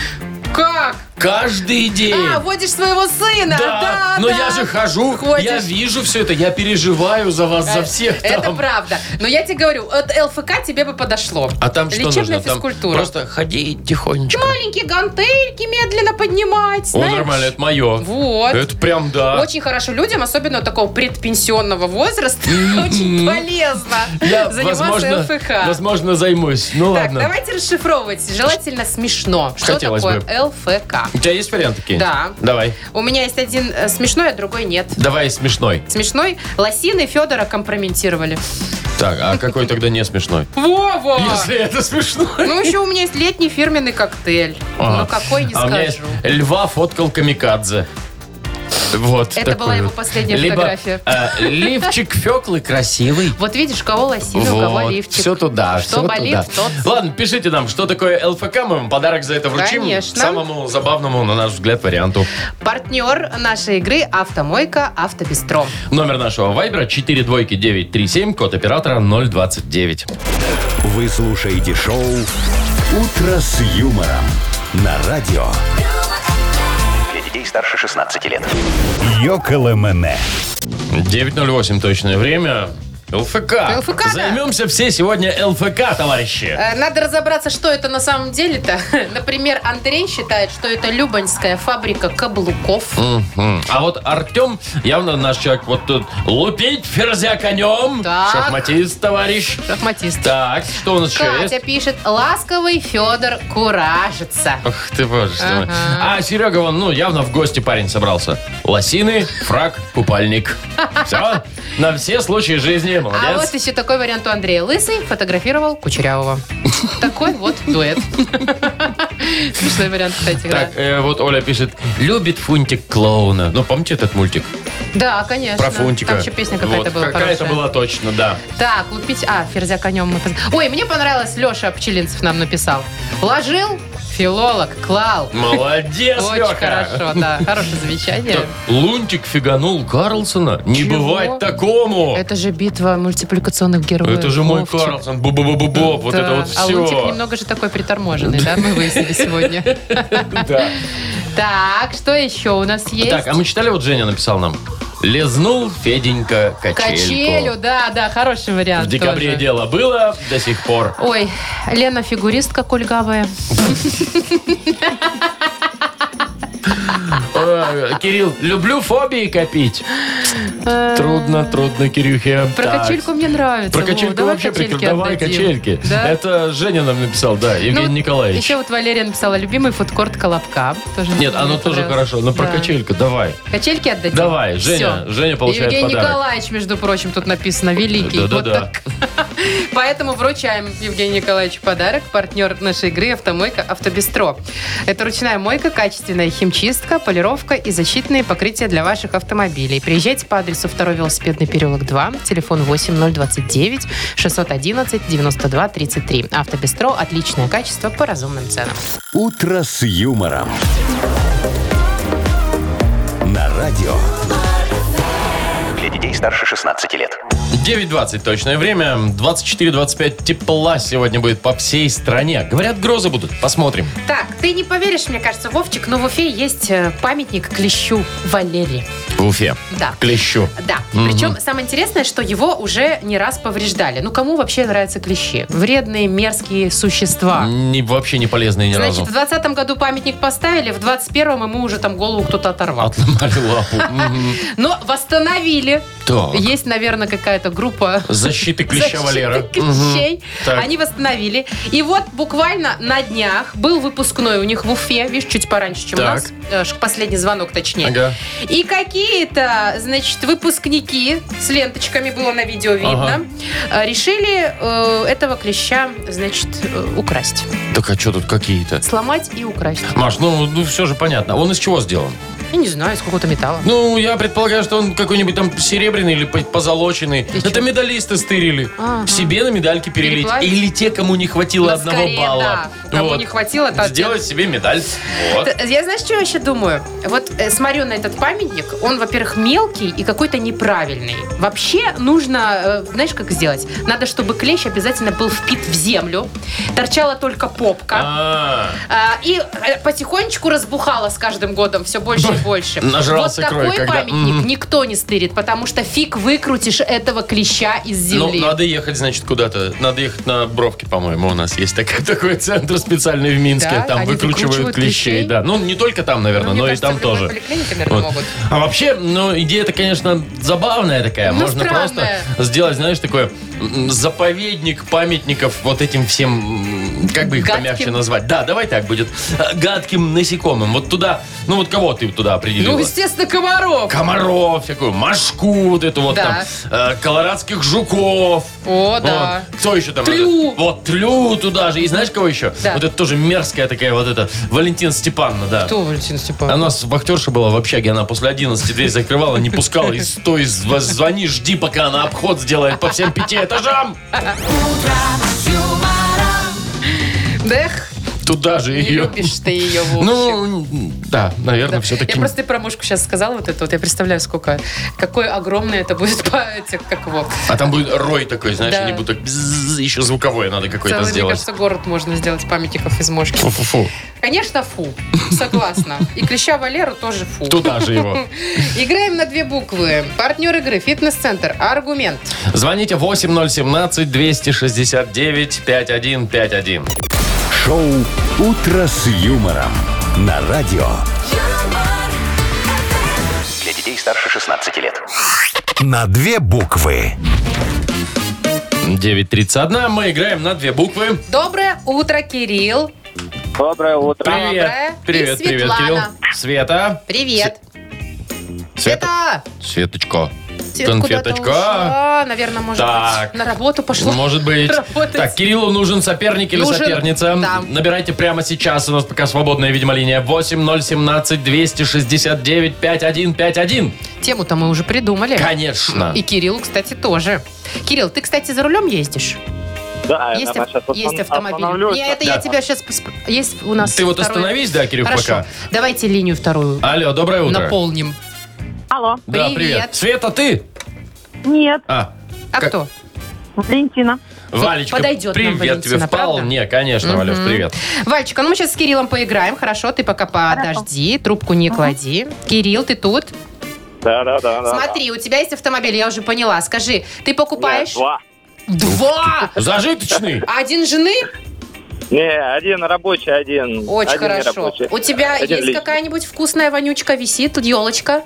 [SPEAKER 3] Как?
[SPEAKER 2] Каждый день.
[SPEAKER 3] А, водишь своего сына. Да, да.
[SPEAKER 2] но я же хожу,
[SPEAKER 3] Ходишь. Э,
[SPEAKER 2] я вижу все это, я переживаю за вас, за всех
[SPEAKER 3] Это
[SPEAKER 2] там.
[SPEAKER 3] правда. Но я тебе говорю, от ЛФК тебе бы подошло.
[SPEAKER 2] А там что
[SPEAKER 3] Лечебная
[SPEAKER 2] нужно? Там
[SPEAKER 3] физкультура.
[SPEAKER 2] просто ходи тихонечко.
[SPEAKER 3] Маленькие гантельки медленно поднимать,
[SPEAKER 2] О,
[SPEAKER 3] знаешь?
[SPEAKER 2] нормально, это мое.
[SPEAKER 3] Вот.
[SPEAKER 2] Это прям да.
[SPEAKER 3] Очень хорошо людям, особенно такого предпенсионного возраста, <laughs> очень полезно
[SPEAKER 2] М-м-м. Я,
[SPEAKER 3] <laughs> заниматься
[SPEAKER 2] возможно,
[SPEAKER 3] ЛФК.
[SPEAKER 2] возможно, займусь. Ну
[SPEAKER 3] Так,
[SPEAKER 2] ладно.
[SPEAKER 3] давайте расшифровывать. Желательно смешно. Что
[SPEAKER 2] Хотелось
[SPEAKER 3] такое
[SPEAKER 2] бы.
[SPEAKER 3] ЛФК?
[SPEAKER 2] У тебя есть варианты какие
[SPEAKER 3] Да.
[SPEAKER 2] Давай.
[SPEAKER 3] У меня есть один э, смешной, а другой нет.
[SPEAKER 2] Давай смешной.
[SPEAKER 3] Смешной Лосины Федора компрометировали.
[SPEAKER 2] Так, а какой тогда не смешной?
[SPEAKER 3] Вова!
[SPEAKER 2] Если это смешно.
[SPEAKER 3] Ну, еще у меня есть летний фирменный коктейль.
[SPEAKER 2] Ага.
[SPEAKER 3] Ну, какой, не
[SPEAKER 2] а у меня есть
[SPEAKER 3] скажу.
[SPEAKER 2] льва фоткал камикадзе. Вот.
[SPEAKER 3] Это была
[SPEAKER 2] такой
[SPEAKER 3] его
[SPEAKER 2] вот.
[SPEAKER 3] последняя
[SPEAKER 2] Либо,
[SPEAKER 3] фотография.
[SPEAKER 2] э, лифчик Феклы красивый.
[SPEAKER 3] Вот видишь, кого лосины, у кого лифчик.
[SPEAKER 2] Все туда,
[SPEAKER 3] Что
[SPEAKER 2] все
[SPEAKER 3] болит,
[SPEAKER 2] туда.
[SPEAKER 3] тот-
[SPEAKER 2] Ладно, пишите нам, что такое ЛФК, мы вам подарок за это вручим.
[SPEAKER 3] Конечно.
[SPEAKER 2] Самому забавному, на наш взгляд, варианту.
[SPEAKER 3] Партнер нашей игры «Автомойка Автобестро».
[SPEAKER 2] Номер нашего вайбера 42937, код оператора 029.
[SPEAKER 1] Вы слушаете шоу «Утро с юмором» на радио
[SPEAKER 4] Для детей старше 16 лет.
[SPEAKER 1] «Йоколэмэне».
[SPEAKER 2] 9.08 точное время. ЛФК.
[SPEAKER 3] ЛФК, да.
[SPEAKER 2] Займемся все сегодня ЛФК, товарищи.
[SPEAKER 3] Э, Надо разобраться, что это на самом деле-то. <laughs> Например, Андрей считает, что это Любаньская фабрика каблуков.
[SPEAKER 2] Мгм. А вот Артем, явно наш человек, вот тут лупить ферзя конем.
[SPEAKER 3] Так.
[SPEAKER 2] Шахматист, товарищ.
[SPEAKER 3] Шахматист.
[SPEAKER 2] Так, что у нас еще
[SPEAKER 3] Катя
[SPEAKER 2] есть?
[SPEAKER 3] пишет, ласковый Федор куражится.
[SPEAKER 2] Ах ты, боже что вы.
[SPEAKER 3] Ага.
[SPEAKER 2] А Серега, вон, ну, явно в гости парень собрался. Лосины, фраг,
[SPEAKER 3] <laughs>
[SPEAKER 2] купальник. Все, на все случаи жизни,
[SPEAKER 3] А вот
[SPEAKER 2] молодец.
[SPEAKER 3] еще
[SPEAKER 2] <laughs>
[SPEAKER 3] такой вариант у Андрея. Лысый фотографировал Кучерявого. Такой вот дуэт. Смешной вариант, кстати, да.
[SPEAKER 2] Так, э, вот Оля пишет, любит Фунтик клоуна. Ну, помните этот мультик
[SPEAKER 3] Да, конечно.
[SPEAKER 2] про Фунтика?
[SPEAKER 3] Там еще песня какая-то
[SPEAKER 2] Вот,
[SPEAKER 3] была
[SPEAKER 2] Какая-то
[SPEAKER 3] хорошая.
[SPEAKER 2] была точно, да.
[SPEAKER 3] Так, лупить... А, ферзя конем мы... поз- Ой, мне понравилось, Леша Пчелинцев нам написал. Ложил, филолог, клал.
[SPEAKER 2] Молодец,
[SPEAKER 3] Очень
[SPEAKER 2] Леха.
[SPEAKER 3] хорошо, да.
[SPEAKER 2] <laughs>
[SPEAKER 3] Хорошее замечание.
[SPEAKER 2] Так, Лунтик фиганул Карлсона? Не
[SPEAKER 3] Чего?
[SPEAKER 2] бывать такому!
[SPEAKER 3] Это же битва мультипликационных героев.
[SPEAKER 2] Это же мой
[SPEAKER 3] Вовчик.
[SPEAKER 2] Карлсон, бу бу бу бу бу вот
[SPEAKER 3] Да.
[SPEAKER 2] это вот
[SPEAKER 3] А Лунтик
[SPEAKER 2] все.
[SPEAKER 3] немного же такой приторможенный, да, мы выяснили сегодня.
[SPEAKER 2] <laughs>
[SPEAKER 3] Так, что еще у нас есть?
[SPEAKER 2] Так, а мы читали, вот Женя написал нам. Лизнул Феденька
[SPEAKER 3] Качелю,
[SPEAKER 2] качельку.
[SPEAKER 3] да, да, хороший вариант
[SPEAKER 2] В декабре
[SPEAKER 3] тоже.
[SPEAKER 2] дело было, до сих пор.
[SPEAKER 3] Ой, Лена фигуристка кульгавая.
[SPEAKER 2] Э, Кирилл, люблю фобии копить. Трудно, трудно, Кирюхе.
[SPEAKER 3] Э. Про
[SPEAKER 2] Так.
[SPEAKER 3] качельку мне нравится.
[SPEAKER 2] Про
[SPEAKER 3] Во,
[SPEAKER 2] качельку
[SPEAKER 3] давай
[SPEAKER 2] вообще
[SPEAKER 3] качельки
[SPEAKER 2] прикольно. Давай
[SPEAKER 3] отдадим.
[SPEAKER 2] качельки.
[SPEAKER 3] Да?
[SPEAKER 2] Это Женя нам написал, да,
[SPEAKER 3] Ну,
[SPEAKER 2] Евгений
[SPEAKER 3] вот
[SPEAKER 2] Николаевич.
[SPEAKER 3] Еще вот Валерия написала любимый фудкорт Колобка. Тоже
[SPEAKER 2] Нет,
[SPEAKER 3] мне
[SPEAKER 2] оно тоже
[SPEAKER 3] понравилось.
[SPEAKER 2] хорошо, но про
[SPEAKER 3] Да.
[SPEAKER 2] качельку давай.
[SPEAKER 3] Качельки отдадим?
[SPEAKER 2] Давай, Женя,
[SPEAKER 3] Всё.
[SPEAKER 2] Женя получает
[SPEAKER 3] Евгений
[SPEAKER 2] подарок.
[SPEAKER 3] Николаевич, между прочим, тут написано великий.
[SPEAKER 2] Да-да-да.
[SPEAKER 3] Вот так. <laughs> Поэтому вручаем Евгению Николаевичу подарок. Партнер нашей игры «Автомойка Автобестро». Это ручная мойка, качественная химчистка, полировка и защитные покрытия для ваших автомобилей. Приезжайте по адресу 2 велосипедный переулок 2, телефон 8029 611 92 33. Автобестро – отличное качество по разумным ценам.
[SPEAKER 1] «Утро с юмором». На радио.
[SPEAKER 4] Для детей старше 16 лет.
[SPEAKER 2] 9.20 точное время, 24-25 тепла сегодня будет по всей стране. Говорят, грозы будут, посмотрим.
[SPEAKER 3] Так, ты не поверишь, мне кажется, Вовчик, но в Уфе есть э, памятник клещу Валерии.
[SPEAKER 2] В Уфе.
[SPEAKER 3] Да.
[SPEAKER 2] Клещу.
[SPEAKER 3] Да. Причем самое интересное, что его уже не раз повреждали. Ну, кому вообще нравятся клещи? Вредные, мерзкие существа.
[SPEAKER 2] Не, вообще не полезные ни
[SPEAKER 3] А. Значит, в
[SPEAKER 2] разу.
[SPEAKER 3] 20 году памятник поставили, в 21-м ему уже там голову кто-то
[SPEAKER 2] <laughs>
[SPEAKER 3] оторвал.
[SPEAKER 2] Отломали
[SPEAKER 3] <laughs>
[SPEAKER 2] лапу. Мгм.
[SPEAKER 3] Но восстановили.
[SPEAKER 2] Так.
[SPEAKER 3] Есть, наверное, какая-то группа
[SPEAKER 2] Защиты клеща
[SPEAKER 3] защиты
[SPEAKER 2] Валера.
[SPEAKER 3] клещей.
[SPEAKER 2] Так.
[SPEAKER 3] Они восстановили. И вот буквально на днях был выпускной у них в Уфе, видишь, чуть пораньше, чем у
[SPEAKER 2] Так.
[SPEAKER 3] нас. Э, ш- Последний звонок, точнее.
[SPEAKER 2] Ага.
[SPEAKER 3] И какие-то, значит, выпускники с ленточками было на видео видно, э, решили э, этого клеща, значит, э, украсть.
[SPEAKER 2] Так а что тут какие-то?
[SPEAKER 3] Сломать и украсть.
[SPEAKER 2] Маш, ну, ну все же понятно. Он из чего сделан?
[SPEAKER 3] Я не знаю, из какого-то металла.
[SPEAKER 2] Ну, я предполагаю, что он какой-нибудь там серебряный или по- позолоченный.
[SPEAKER 3] Ты
[SPEAKER 2] Это
[SPEAKER 3] чё?
[SPEAKER 2] медалисты стырили.
[SPEAKER 3] Ага.
[SPEAKER 2] Себе на медальки перелить.
[SPEAKER 3] Переплавить?
[SPEAKER 2] Или те, кому не хватило
[SPEAKER 3] Ну,
[SPEAKER 2] одного
[SPEAKER 3] скорее,
[SPEAKER 2] балла.
[SPEAKER 3] да. Кому не хватило, то-
[SPEAKER 2] Сделать себе медаль. Вот.
[SPEAKER 3] Т- Я, знаешь, что я еще думаю? Вот э, смотрю на этот памятник, он, во-первых, мелкий и какой-то неправильный. Вообще нужно, э, знаешь, как сделать? Надо, чтобы клещ обязательно был впит в землю, торчала только попка,
[SPEAKER 2] А,
[SPEAKER 3] а, и э, потихонечку разбухала с каждым годом все больше и больше.
[SPEAKER 2] Нажрался
[SPEAKER 3] вот такой
[SPEAKER 2] крой, когда-
[SPEAKER 3] памятник
[SPEAKER 2] Мгм.
[SPEAKER 3] никто не стырит, потому что фиг выкрутишь этого клеща из
[SPEAKER 2] Ну,
[SPEAKER 3] земли.
[SPEAKER 2] надо ехать, значит, куда-то. Надо ехать на Бровки, по-моему, у нас есть так- такой центр специальный в Минске.
[SPEAKER 3] Да?
[SPEAKER 2] Там
[SPEAKER 3] Они
[SPEAKER 2] выкручивают
[SPEAKER 3] выкручивают
[SPEAKER 2] клещей.
[SPEAKER 3] клещей?
[SPEAKER 2] Да. Ну, не только там,
[SPEAKER 3] Ну,
[SPEAKER 2] наверное,
[SPEAKER 3] мне
[SPEAKER 2] но
[SPEAKER 3] кажется,
[SPEAKER 2] и там
[SPEAKER 3] в любой
[SPEAKER 2] тоже.
[SPEAKER 3] поликлинике, наверное,
[SPEAKER 2] Вот.
[SPEAKER 3] могут.
[SPEAKER 2] А вообще, ну, идея-то, конечно, забавная такая.
[SPEAKER 3] Ну,
[SPEAKER 2] Можно
[SPEAKER 3] странная.
[SPEAKER 2] просто сделать, знаешь, такой м, заповедник памятников вот этим всем, м, как бы их
[SPEAKER 3] Гадким.
[SPEAKER 2] помягче назвать. Да, давай так будет. Э, Гадким насекомым. Вот туда, ну вот кого ты туда определила?
[SPEAKER 3] Ну, естественно, комаров.
[SPEAKER 2] Комаров, всякую машку, вот эту вот
[SPEAKER 3] Да.
[SPEAKER 2] там, э, колорадских жуков.
[SPEAKER 3] О, да.
[SPEAKER 2] Вот. Кто еще там?
[SPEAKER 3] Тлю.
[SPEAKER 2] Вот, Тлю туда же. И знаешь, кого еще?
[SPEAKER 3] Да.
[SPEAKER 2] Вот это тоже мерзкая такая вот эта Валентина Степановна, да.
[SPEAKER 3] Кто,
[SPEAKER 2] А
[SPEAKER 3] Валентина
[SPEAKER 2] У
[SPEAKER 3] Степановна?
[SPEAKER 2] нас вахтерша была в общаге, она после 11 дверь закрывала, не пускала. И стой, зв- звони, жди, пока она обход сделает по всем пяти этажам.
[SPEAKER 3] Дэх,
[SPEAKER 2] Туда же
[SPEAKER 3] не
[SPEAKER 2] ее.
[SPEAKER 3] любишь ты ее, в общем.
[SPEAKER 2] А? Ну, да, наверное,
[SPEAKER 3] Да.
[SPEAKER 2] все-таки.
[SPEAKER 3] Я просто и про мушку сейчас сказала вот это вот. Я представляю, сколько, какое огромное это будет <laughs> по этих, как его.
[SPEAKER 2] А там будет рой такой, знаешь,
[SPEAKER 3] Да.
[SPEAKER 2] они будут так бззз, еще звуковое надо какое-то
[SPEAKER 3] Целый, мне
[SPEAKER 2] сделать.
[SPEAKER 3] кажется, город можно сделать памятников из мошки.
[SPEAKER 2] Фу-фу-фу.
[SPEAKER 3] Конечно, фу. Согласна. И клеща Валеру тоже фу.
[SPEAKER 2] Туда же его.
[SPEAKER 3] <laughs> Играем на две буквы. Партнер игры «Фитнес-центр». Аргумент.
[SPEAKER 2] Звоните 8017-269-5151.
[SPEAKER 1] Шоу «Утро с юмором». На радио.
[SPEAKER 4] Для детей старше 16 лет.
[SPEAKER 1] На две буквы.
[SPEAKER 2] 9.31. Мы играем на две буквы.
[SPEAKER 3] Доброе утро, Кирилл.
[SPEAKER 6] Доброе утро.
[SPEAKER 2] Привет.
[SPEAKER 3] Доброе.
[SPEAKER 2] Привет, привет,
[SPEAKER 3] И
[SPEAKER 2] Кирилл.
[SPEAKER 3] Светлана.
[SPEAKER 2] Света.
[SPEAKER 3] Привет.
[SPEAKER 2] Света.
[SPEAKER 3] Это
[SPEAKER 2] Светочко.
[SPEAKER 3] конфетку
[SPEAKER 2] Конфеточка.
[SPEAKER 3] куда-то ушла. А, Наверное, может
[SPEAKER 2] Так.
[SPEAKER 3] быть, на работу пошла.
[SPEAKER 2] Может быть.
[SPEAKER 3] Работать.
[SPEAKER 2] Так, Кириллу нужен соперник или
[SPEAKER 3] Нужен,
[SPEAKER 2] соперница.
[SPEAKER 3] да.
[SPEAKER 2] Набирайте прямо сейчас. У нас пока свободная, видимо, линия. 8017-269-5151.
[SPEAKER 3] Тему-то мы уже придумали.
[SPEAKER 2] Конечно.
[SPEAKER 3] И Кирилл, кстати, тоже. Кирилл, ты, кстати, за рулем ездишь?
[SPEAKER 6] Да,
[SPEAKER 3] А есть
[SPEAKER 6] она
[SPEAKER 3] ав-
[SPEAKER 6] сейчас
[SPEAKER 3] есть
[SPEAKER 6] остан-
[SPEAKER 3] автомобиль.
[SPEAKER 6] останавливается.
[SPEAKER 3] Нет, это я
[SPEAKER 2] Да.
[SPEAKER 3] тебя сейчас... Есть у нас
[SPEAKER 2] Ты вот
[SPEAKER 3] второй-
[SPEAKER 2] остановись, да, Кирюх,
[SPEAKER 3] Хорошо.
[SPEAKER 2] пока. А, ну
[SPEAKER 3] Давайте линию вторую
[SPEAKER 2] Алло, доброе утро.
[SPEAKER 3] наполним.
[SPEAKER 5] Алло.
[SPEAKER 2] Да, привет.
[SPEAKER 3] Привет.
[SPEAKER 2] Света, ты?
[SPEAKER 5] Нет,
[SPEAKER 2] А,
[SPEAKER 3] А
[SPEAKER 2] Как-
[SPEAKER 3] кто?
[SPEAKER 5] Валентина.
[SPEAKER 2] Валечка,
[SPEAKER 3] Ну, подойдет нам
[SPEAKER 2] привет тебе.
[SPEAKER 3] Валентина, правда?
[SPEAKER 2] Вполне, конечно, Валюш, привет.
[SPEAKER 3] Вальчик, а ну мы сейчас с Кириллом поиграем, хорошо? Ты пока подожди, трубку не клади. Кирилл, ты тут?
[SPEAKER 6] Да, да, да. да,
[SPEAKER 3] Смотри, у тебя есть автомобиль, я уже поняла. Скажи, ты
[SPEAKER 6] да.
[SPEAKER 3] покупаешь...
[SPEAKER 6] Нет, два.
[SPEAKER 3] Два!
[SPEAKER 2] Зажиточный.
[SPEAKER 3] А Один жены?
[SPEAKER 6] Не, один рабочий, один.
[SPEAKER 3] Очень
[SPEAKER 6] один
[SPEAKER 3] хорошо.
[SPEAKER 6] нерабочий.
[SPEAKER 3] У тебя
[SPEAKER 6] Один
[SPEAKER 3] есть
[SPEAKER 6] лишний.
[SPEAKER 3] какая-нибудь вкусная вонючка висит, елочка?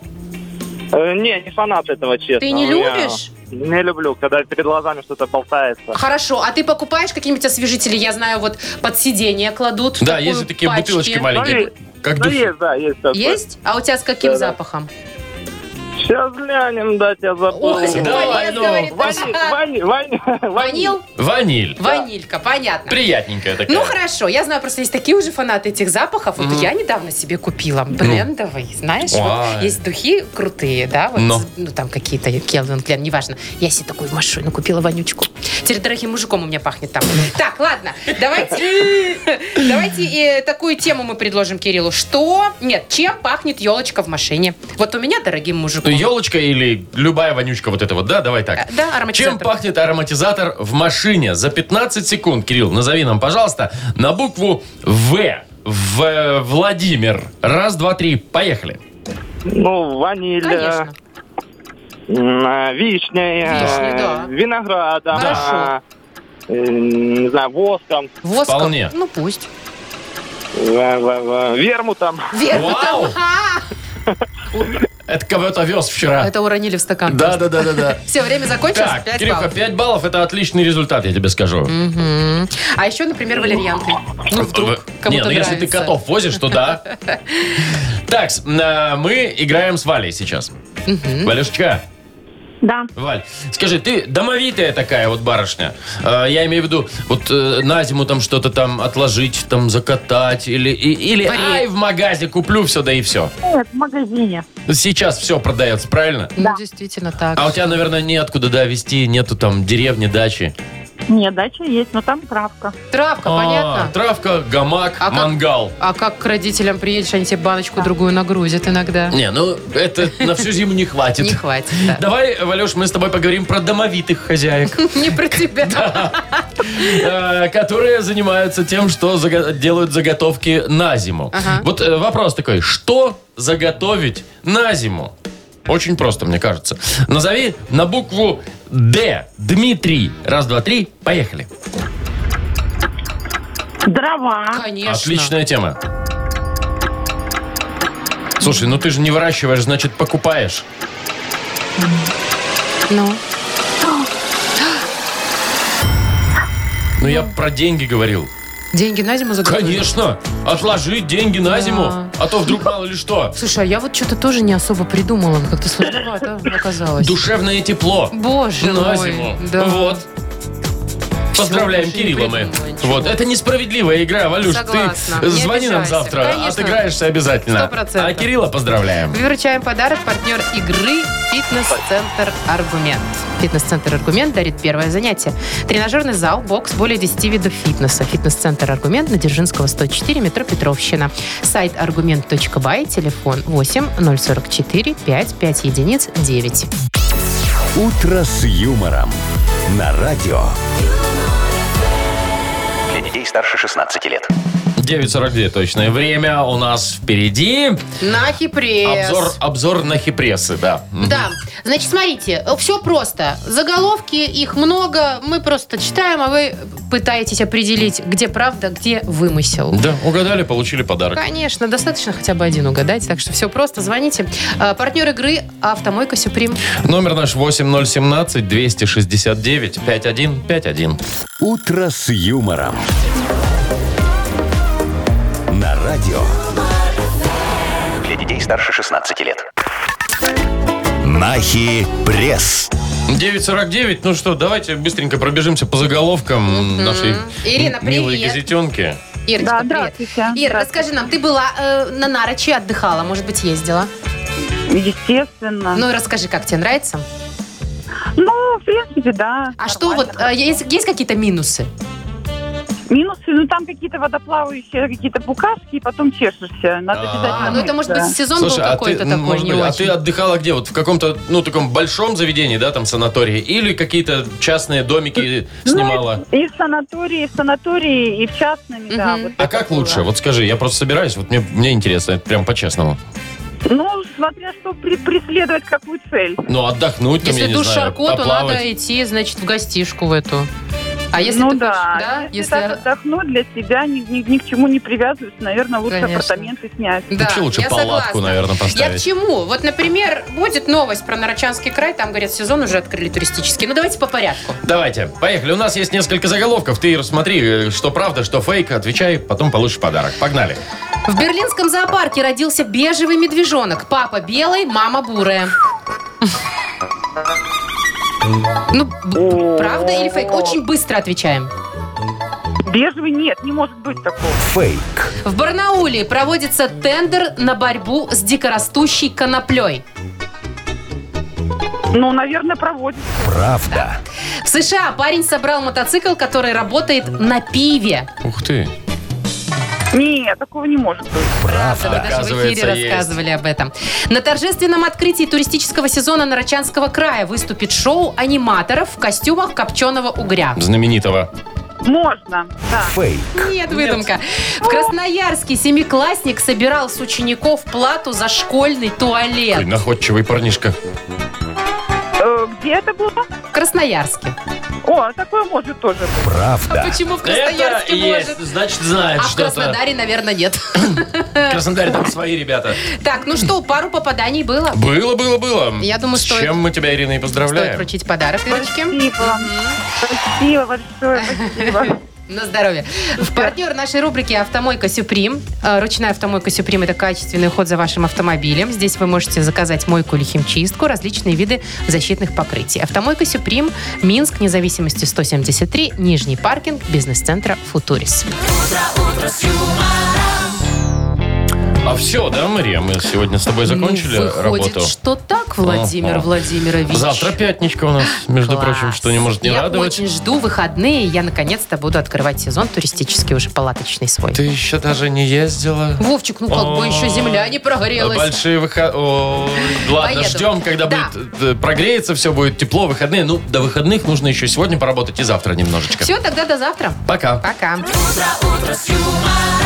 [SPEAKER 6] Э, Не, не фанат этого, честно.
[SPEAKER 3] Ты не
[SPEAKER 6] У меня-
[SPEAKER 3] любишь?
[SPEAKER 6] Не люблю, когда перед глазами что-то болтается.
[SPEAKER 3] Хорошо, а ты покупаешь какие-нибудь освежители? Я знаю, вот под сиденье кладут.
[SPEAKER 2] Да,
[SPEAKER 3] такую
[SPEAKER 2] есть же такие
[SPEAKER 3] пачки.
[SPEAKER 2] бутылочки
[SPEAKER 6] Ну,
[SPEAKER 2] маленькие. Как
[SPEAKER 6] Да
[SPEAKER 2] душ-
[SPEAKER 6] есть, да, есть такое.
[SPEAKER 3] Есть? А у тебя с каким
[SPEAKER 6] Да-да.
[SPEAKER 3] запахом?
[SPEAKER 6] Сейчас глянем, да, тебя забыл.
[SPEAKER 3] Ой,
[SPEAKER 2] Давай,
[SPEAKER 3] валет,
[SPEAKER 2] ну,
[SPEAKER 3] говорит,
[SPEAKER 6] Вани,
[SPEAKER 3] ага.
[SPEAKER 6] Вани, Вани, <laughs> Вани.
[SPEAKER 3] Ванил?
[SPEAKER 2] Ваниль.
[SPEAKER 3] Ванилька, понятно.
[SPEAKER 2] Приятненькая такая.
[SPEAKER 3] Ну хорошо, я знаю, просто есть такие уже фанаты этих запахов. Вот
[SPEAKER 2] Мгм. Ну.
[SPEAKER 3] я недавно себе купила брендовый, знаешь, вот
[SPEAKER 2] Ой.
[SPEAKER 3] есть духи крутые, да, вот,
[SPEAKER 2] Но.
[SPEAKER 3] с- ну там какие-то Келвин Клен, неважно. Я себе такую в машину купила вонючку. Теперь дорогим мужиком у меня пахнет там. Так, ладно, давайте, <laughs> давайте э, такую тему мы предложим Кириллу. Что? Нет, чем пахнет елочка в машине? Вот у меня дорогим мужиком.
[SPEAKER 2] Ну, Елочка или любая вонючка вот эта вот, да? Давай так.
[SPEAKER 3] Э, Да, ароматизатор.
[SPEAKER 2] Чем пахнет ароматизатор в машине? За 15 секунд, Кирилл, назови нам, пожалуйста, на букву В. В э, Владимир. Раз, два, три. Поехали.
[SPEAKER 6] Ну, ваниль,
[SPEAKER 3] Конечно.
[SPEAKER 6] м, а, вишня, э,
[SPEAKER 3] Вишня, да.
[SPEAKER 6] винограда,
[SPEAKER 3] Хорошо.
[SPEAKER 6] а, э, не знаю, воском, э,
[SPEAKER 3] Воском.
[SPEAKER 2] вполне.
[SPEAKER 3] Ну пусть.
[SPEAKER 6] в- в- в- вермутом.
[SPEAKER 3] Верно.
[SPEAKER 2] Вау! <laughs> Это кого-то вез вчера.
[SPEAKER 3] Это уронили в стакан.
[SPEAKER 2] Да, да, да, да,
[SPEAKER 3] <laughs>
[SPEAKER 2] да.
[SPEAKER 3] Все, время закончилось.
[SPEAKER 2] Так,
[SPEAKER 3] Пять
[SPEAKER 2] Кирюха,
[SPEAKER 3] баллов.
[SPEAKER 2] 5 баллов это отличный результат, я тебе скажу.
[SPEAKER 3] Мгм. А еще, например, валерьянка. Ну, вдруг кому-то
[SPEAKER 2] Не, ну если ты
[SPEAKER 3] нравится.
[SPEAKER 2] котов возишь, то
[SPEAKER 3] <laughs>
[SPEAKER 2] да. Так, с- на- мы играем с Валей сейчас. Валюшечка,
[SPEAKER 5] Да.
[SPEAKER 2] Валь, скажи, ты домовитая такая вот барышня. Э, Я имею в виду, вот э, на зиму там что-то там отложить, там закатать, или, и- или
[SPEAKER 3] Варить.
[SPEAKER 2] ай, в магазе куплю все, да и все.
[SPEAKER 5] Нет, в магазине.
[SPEAKER 2] Сейчас все продается, правильно?
[SPEAKER 3] Ну, действительно так.
[SPEAKER 2] А у тебя, наверное, неоткуда, да, вести, нету там деревни, дачи.
[SPEAKER 5] Нет, дача есть, но там травка.
[SPEAKER 3] Травка,
[SPEAKER 2] А,
[SPEAKER 3] понятно?
[SPEAKER 2] Травка, гамак,
[SPEAKER 3] А как-
[SPEAKER 2] мангал.
[SPEAKER 3] А как к родителям приедешь, они тебе баночку другую нагрузят иногда.
[SPEAKER 2] Не, ну это на всю зиму не хватит.
[SPEAKER 3] Не хватит, да.
[SPEAKER 2] Давай, Валюш, мы с тобой поговорим про домовитых хозяек,
[SPEAKER 3] Не про тебя.
[SPEAKER 2] э, которые занимаются тем, что заго- делают заготовки на зиму.
[SPEAKER 3] Ага.
[SPEAKER 2] Вот э, вопрос такой, что заготовить на зиму? Очень просто, мне кажется. Назови на букву «Д». Дмитрий. Раз, два, три. Поехали.
[SPEAKER 5] Дрова.
[SPEAKER 3] Конечно.
[SPEAKER 2] Отличная тема. Слушай, ну ты же не выращиваешь, значит, покупаешь.
[SPEAKER 3] Ну,
[SPEAKER 2] Ну я про деньги говорил.
[SPEAKER 3] деньги на зиму заготовили?
[SPEAKER 2] Конечно, отложить деньги на
[SPEAKER 3] Да.
[SPEAKER 2] зиму, а то вдруг мало ли что.
[SPEAKER 3] Слушай, а я вот что-то тоже не особо придумала. Как-то сложновато оказалось.
[SPEAKER 2] Душевное тепло
[SPEAKER 3] Боже
[SPEAKER 2] на
[SPEAKER 3] мой.
[SPEAKER 2] зиму.
[SPEAKER 3] Да.
[SPEAKER 2] Вот. Поздравляем
[SPEAKER 3] больше не
[SPEAKER 2] Кирилла мы.
[SPEAKER 3] придумала ничего.
[SPEAKER 2] Вот, это несправедливая игра, Валюш.
[SPEAKER 3] Согласна.
[SPEAKER 2] Ты
[SPEAKER 3] Не
[SPEAKER 2] звони нам
[SPEAKER 3] обижайся.
[SPEAKER 2] завтра,
[SPEAKER 3] Конечно.
[SPEAKER 2] отыграешься обязательно.
[SPEAKER 3] Сто процентов.
[SPEAKER 2] А Кирилла поздравляем.
[SPEAKER 3] Выручаем подарок партнер игры «Фитнес-центр Аргумент». «Фитнес-центр Аргумент» дарит первое занятие. Тренажерный зал, бокс, более 10 видов фитнеса. «Фитнес-центр Аргумент» на Дзержинского, 104, метро Петровщина. Сайт аргумент.бай, телефон 8 044 5 5 единиц 9.
[SPEAKER 1] «Утро с юмором» на радио.
[SPEAKER 4] Для детей старше 16 лет.
[SPEAKER 2] 9.42 точное время у нас впереди.
[SPEAKER 3] На Хипресс.
[SPEAKER 2] Обзор, обзор на хипрессы, да. Мгм.
[SPEAKER 3] Да, значит, смотрите, все просто. Заголовки, их много, мы просто читаем, а вы пытаетесь определить, где правда, где вымысел.
[SPEAKER 2] Да, угадали, получили подарок.
[SPEAKER 3] Конечно, достаточно хотя бы один угадать, так что все просто, звоните. А, Партнер игры «Автомойка Сюприм».
[SPEAKER 2] Номер наш 8017-269-5151.
[SPEAKER 1] «Утро с юмором» на радио.
[SPEAKER 4] Для детей старше 16 лет.
[SPEAKER 1] Монахи пресс.
[SPEAKER 2] 9.49. Ну что, давайте быстренько пробежимся по заголовкам нашей
[SPEAKER 3] Ирина,
[SPEAKER 2] милой
[SPEAKER 3] привет.
[SPEAKER 2] газетенки.
[SPEAKER 3] Ирочка,
[SPEAKER 5] Да,
[SPEAKER 3] привет.
[SPEAKER 5] здравствуйте.
[SPEAKER 3] Ир, расскажи нам, ты была э, на Нарочи, отдыхала, может быть, ездила.
[SPEAKER 5] Естественно. Ну,
[SPEAKER 3] Ну и расскажи, как тебе нравится?
[SPEAKER 5] в принципе, да.
[SPEAKER 3] А что вот, э, есть, есть какие-то минусы?
[SPEAKER 5] Минусы, ну там какие-то водоплавающие, какие-то букашки, и потом чешешься. Надо
[SPEAKER 2] А,
[SPEAKER 5] обязательно.
[SPEAKER 3] А, ну это, может
[SPEAKER 5] мыться.
[SPEAKER 3] быть, сезон
[SPEAKER 2] Слушай,
[SPEAKER 3] был
[SPEAKER 2] а ты,
[SPEAKER 3] какой-то
[SPEAKER 2] м,
[SPEAKER 3] такой,
[SPEAKER 2] может
[SPEAKER 3] не
[SPEAKER 2] быть, а
[SPEAKER 3] очень.
[SPEAKER 2] ты отдыхала где? Вот в каком-то, ну, таком большом заведении, да, там, санатории? Или какие-то частные домики снимала?
[SPEAKER 5] Ну, и в санатории, и в санатории, и в частными, да.
[SPEAKER 3] Мгм.
[SPEAKER 5] вот
[SPEAKER 2] А
[SPEAKER 5] это
[SPEAKER 2] как
[SPEAKER 5] было.
[SPEAKER 2] лучше? Вот скажи, я просто собираюсь, вот мне, мне интересно, это прям по-честному.
[SPEAKER 5] Ну, смотря что при- преследовать, какую цель.
[SPEAKER 2] Ну, отдохнуть там, я
[SPEAKER 3] Если
[SPEAKER 2] не
[SPEAKER 3] душ
[SPEAKER 2] знаю,
[SPEAKER 3] шарко, то
[SPEAKER 2] поплавать.
[SPEAKER 3] надо идти, значит, в гостишку в эту. А если
[SPEAKER 5] ну
[SPEAKER 3] ты
[SPEAKER 5] да,
[SPEAKER 3] хочешь, да,
[SPEAKER 5] если, так
[SPEAKER 3] если...
[SPEAKER 5] отдохнуть для себя, ни, ни- ни к чему не привязываюсь, наверное, лучше
[SPEAKER 3] Конечно.
[SPEAKER 5] апартаменты снять.
[SPEAKER 3] Да,
[SPEAKER 2] Вообще лучше
[SPEAKER 3] я
[SPEAKER 2] палатку,
[SPEAKER 3] согласна.
[SPEAKER 2] наверное,
[SPEAKER 3] Я к
[SPEAKER 2] поставить.
[SPEAKER 3] чему? Вот, например, будет новость про Нарочанский край, там, говорят, сезон уже открыли туристический. Ну, давайте по порядку.
[SPEAKER 2] Давайте, поехали. У нас есть несколько заголовков. Ты рассмотри, э, что правда, что фейк. Отвечай, потом получишь подарок. Погнали.
[SPEAKER 3] В берлинском зоопарке родился бежевый медвежонок. Папа белый, мама бурая. Ну, б- правда или фейк? Очень быстро отвечаем.
[SPEAKER 5] Бежевый нет, не может быть такого.
[SPEAKER 1] Фейк.
[SPEAKER 3] В Барнауле проводится тендер на борьбу с дикорастущей коноплей.
[SPEAKER 5] Ну, наверное, проводит.
[SPEAKER 1] Правда.
[SPEAKER 3] В США парень собрал мотоцикл, который работает на пиве.
[SPEAKER 2] Ух ты.
[SPEAKER 5] Нет, такого не может быть.
[SPEAKER 3] Правда, вы даже в эфире
[SPEAKER 2] Оказывается, есть.
[SPEAKER 3] рассказывали об этом. На торжественном открытии туристического сезона Нарочанского края выступит шоу аниматоров в костюмах копченого угря.
[SPEAKER 2] Знаменитого.
[SPEAKER 5] Можно, да.
[SPEAKER 1] Фейк.
[SPEAKER 3] Нет, выдумка. В Красноярске семиклассник собирал с учеников плату за школьный
[SPEAKER 2] Ой, ну.
[SPEAKER 3] туалет.
[SPEAKER 2] находчивый парнишка.
[SPEAKER 5] Э, где это было?
[SPEAKER 3] В Красноярске.
[SPEAKER 5] О, такое может тоже быть.
[SPEAKER 3] А
[SPEAKER 1] Правда.
[SPEAKER 3] почему в
[SPEAKER 2] Это
[SPEAKER 3] Красноярске может?
[SPEAKER 2] есть, значит, знает
[SPEAKER 3] А в
[SPEAKER 2] что-то.
[SPEAKER 3] Краснодаре, наверное, нет. <laughs>
[SPEAKER 2] В Краснодаре там свои ребята.
[SPEAKER 3] Так, ну что, пару попаданий было.
[SPEAKER 2] Было, было, было.
[SPEAKER 3] Я думаю,
[SPEAKER 2] С
[SPEAKER 3] стоит-
[SPEAKER 2] чем мы тебя, Ирина, и
[SPEAKER 3] Стоит
[SPEAKER 2] поздравляем.
[SPEAKER 3] вручить подарок, Ирочке.
[SPEAKER 5] Спасибо. Спасибо большое, спасибо.
[SPEAKER 3] На здоровье. В партнер нашей рубрики «Автомойка Сюприм». Э, Ручная автомойка Сюприм – это качественный уход за вашим автомобилем. Здесь вы можете заказать мойку или химчистку, различные виды защитных покрытий. Автомойка Сюприм, Минск, независимости 173, Нижний паркинг, бизнес-центра «Футурис».
[SPEAKER 2] А все, да, Мария? Мы сегодня с тобой закончили
[SPEAKER 3] Ну, выходит,
[SPEAKER 2] работу.
[SPEAKER 3] что так, Владимир
[SPEAKER 2] Ага.
[SPEAKER 3] Владимирович.
[SPEAKER 2] Завтра пятничка у нас, между
[SPEAKER 3] Класс.
[SPEAKER 2] прочим, что не может не
[SPEAKER 3] Я
[SPEAKER 2] радовать.
[SPEAKER 3] очень жду выходные. Я наконец-то буду открывать сезон туристический уже палаточный свой.
[SPEAKER 2] Ты еще даже не ездила.
[SPEAKER 3] Вовчик, ну как бы
[SPEAKER 2] О,
[SPEAKER 3] еще земля не прогрелась.
[SPEAKER 2] Большие выходные. Ладно,
[SPEAKER 3] Поеду.
[SPEAKER 2] ждем, когда
[SPEAKER 3] Да.
[SPEAKER 2] будет э, прогреется, все будет тепло, выходные. Ну, до выходных нужно еще сегодня поработать и завтра немножечко.
[SPEAKER 3] Все, тогда до завтра.
[SPEAKER 2] Пока.
[SPEAKER 3] Пока.
[SPEAKER 9] утро с юмором.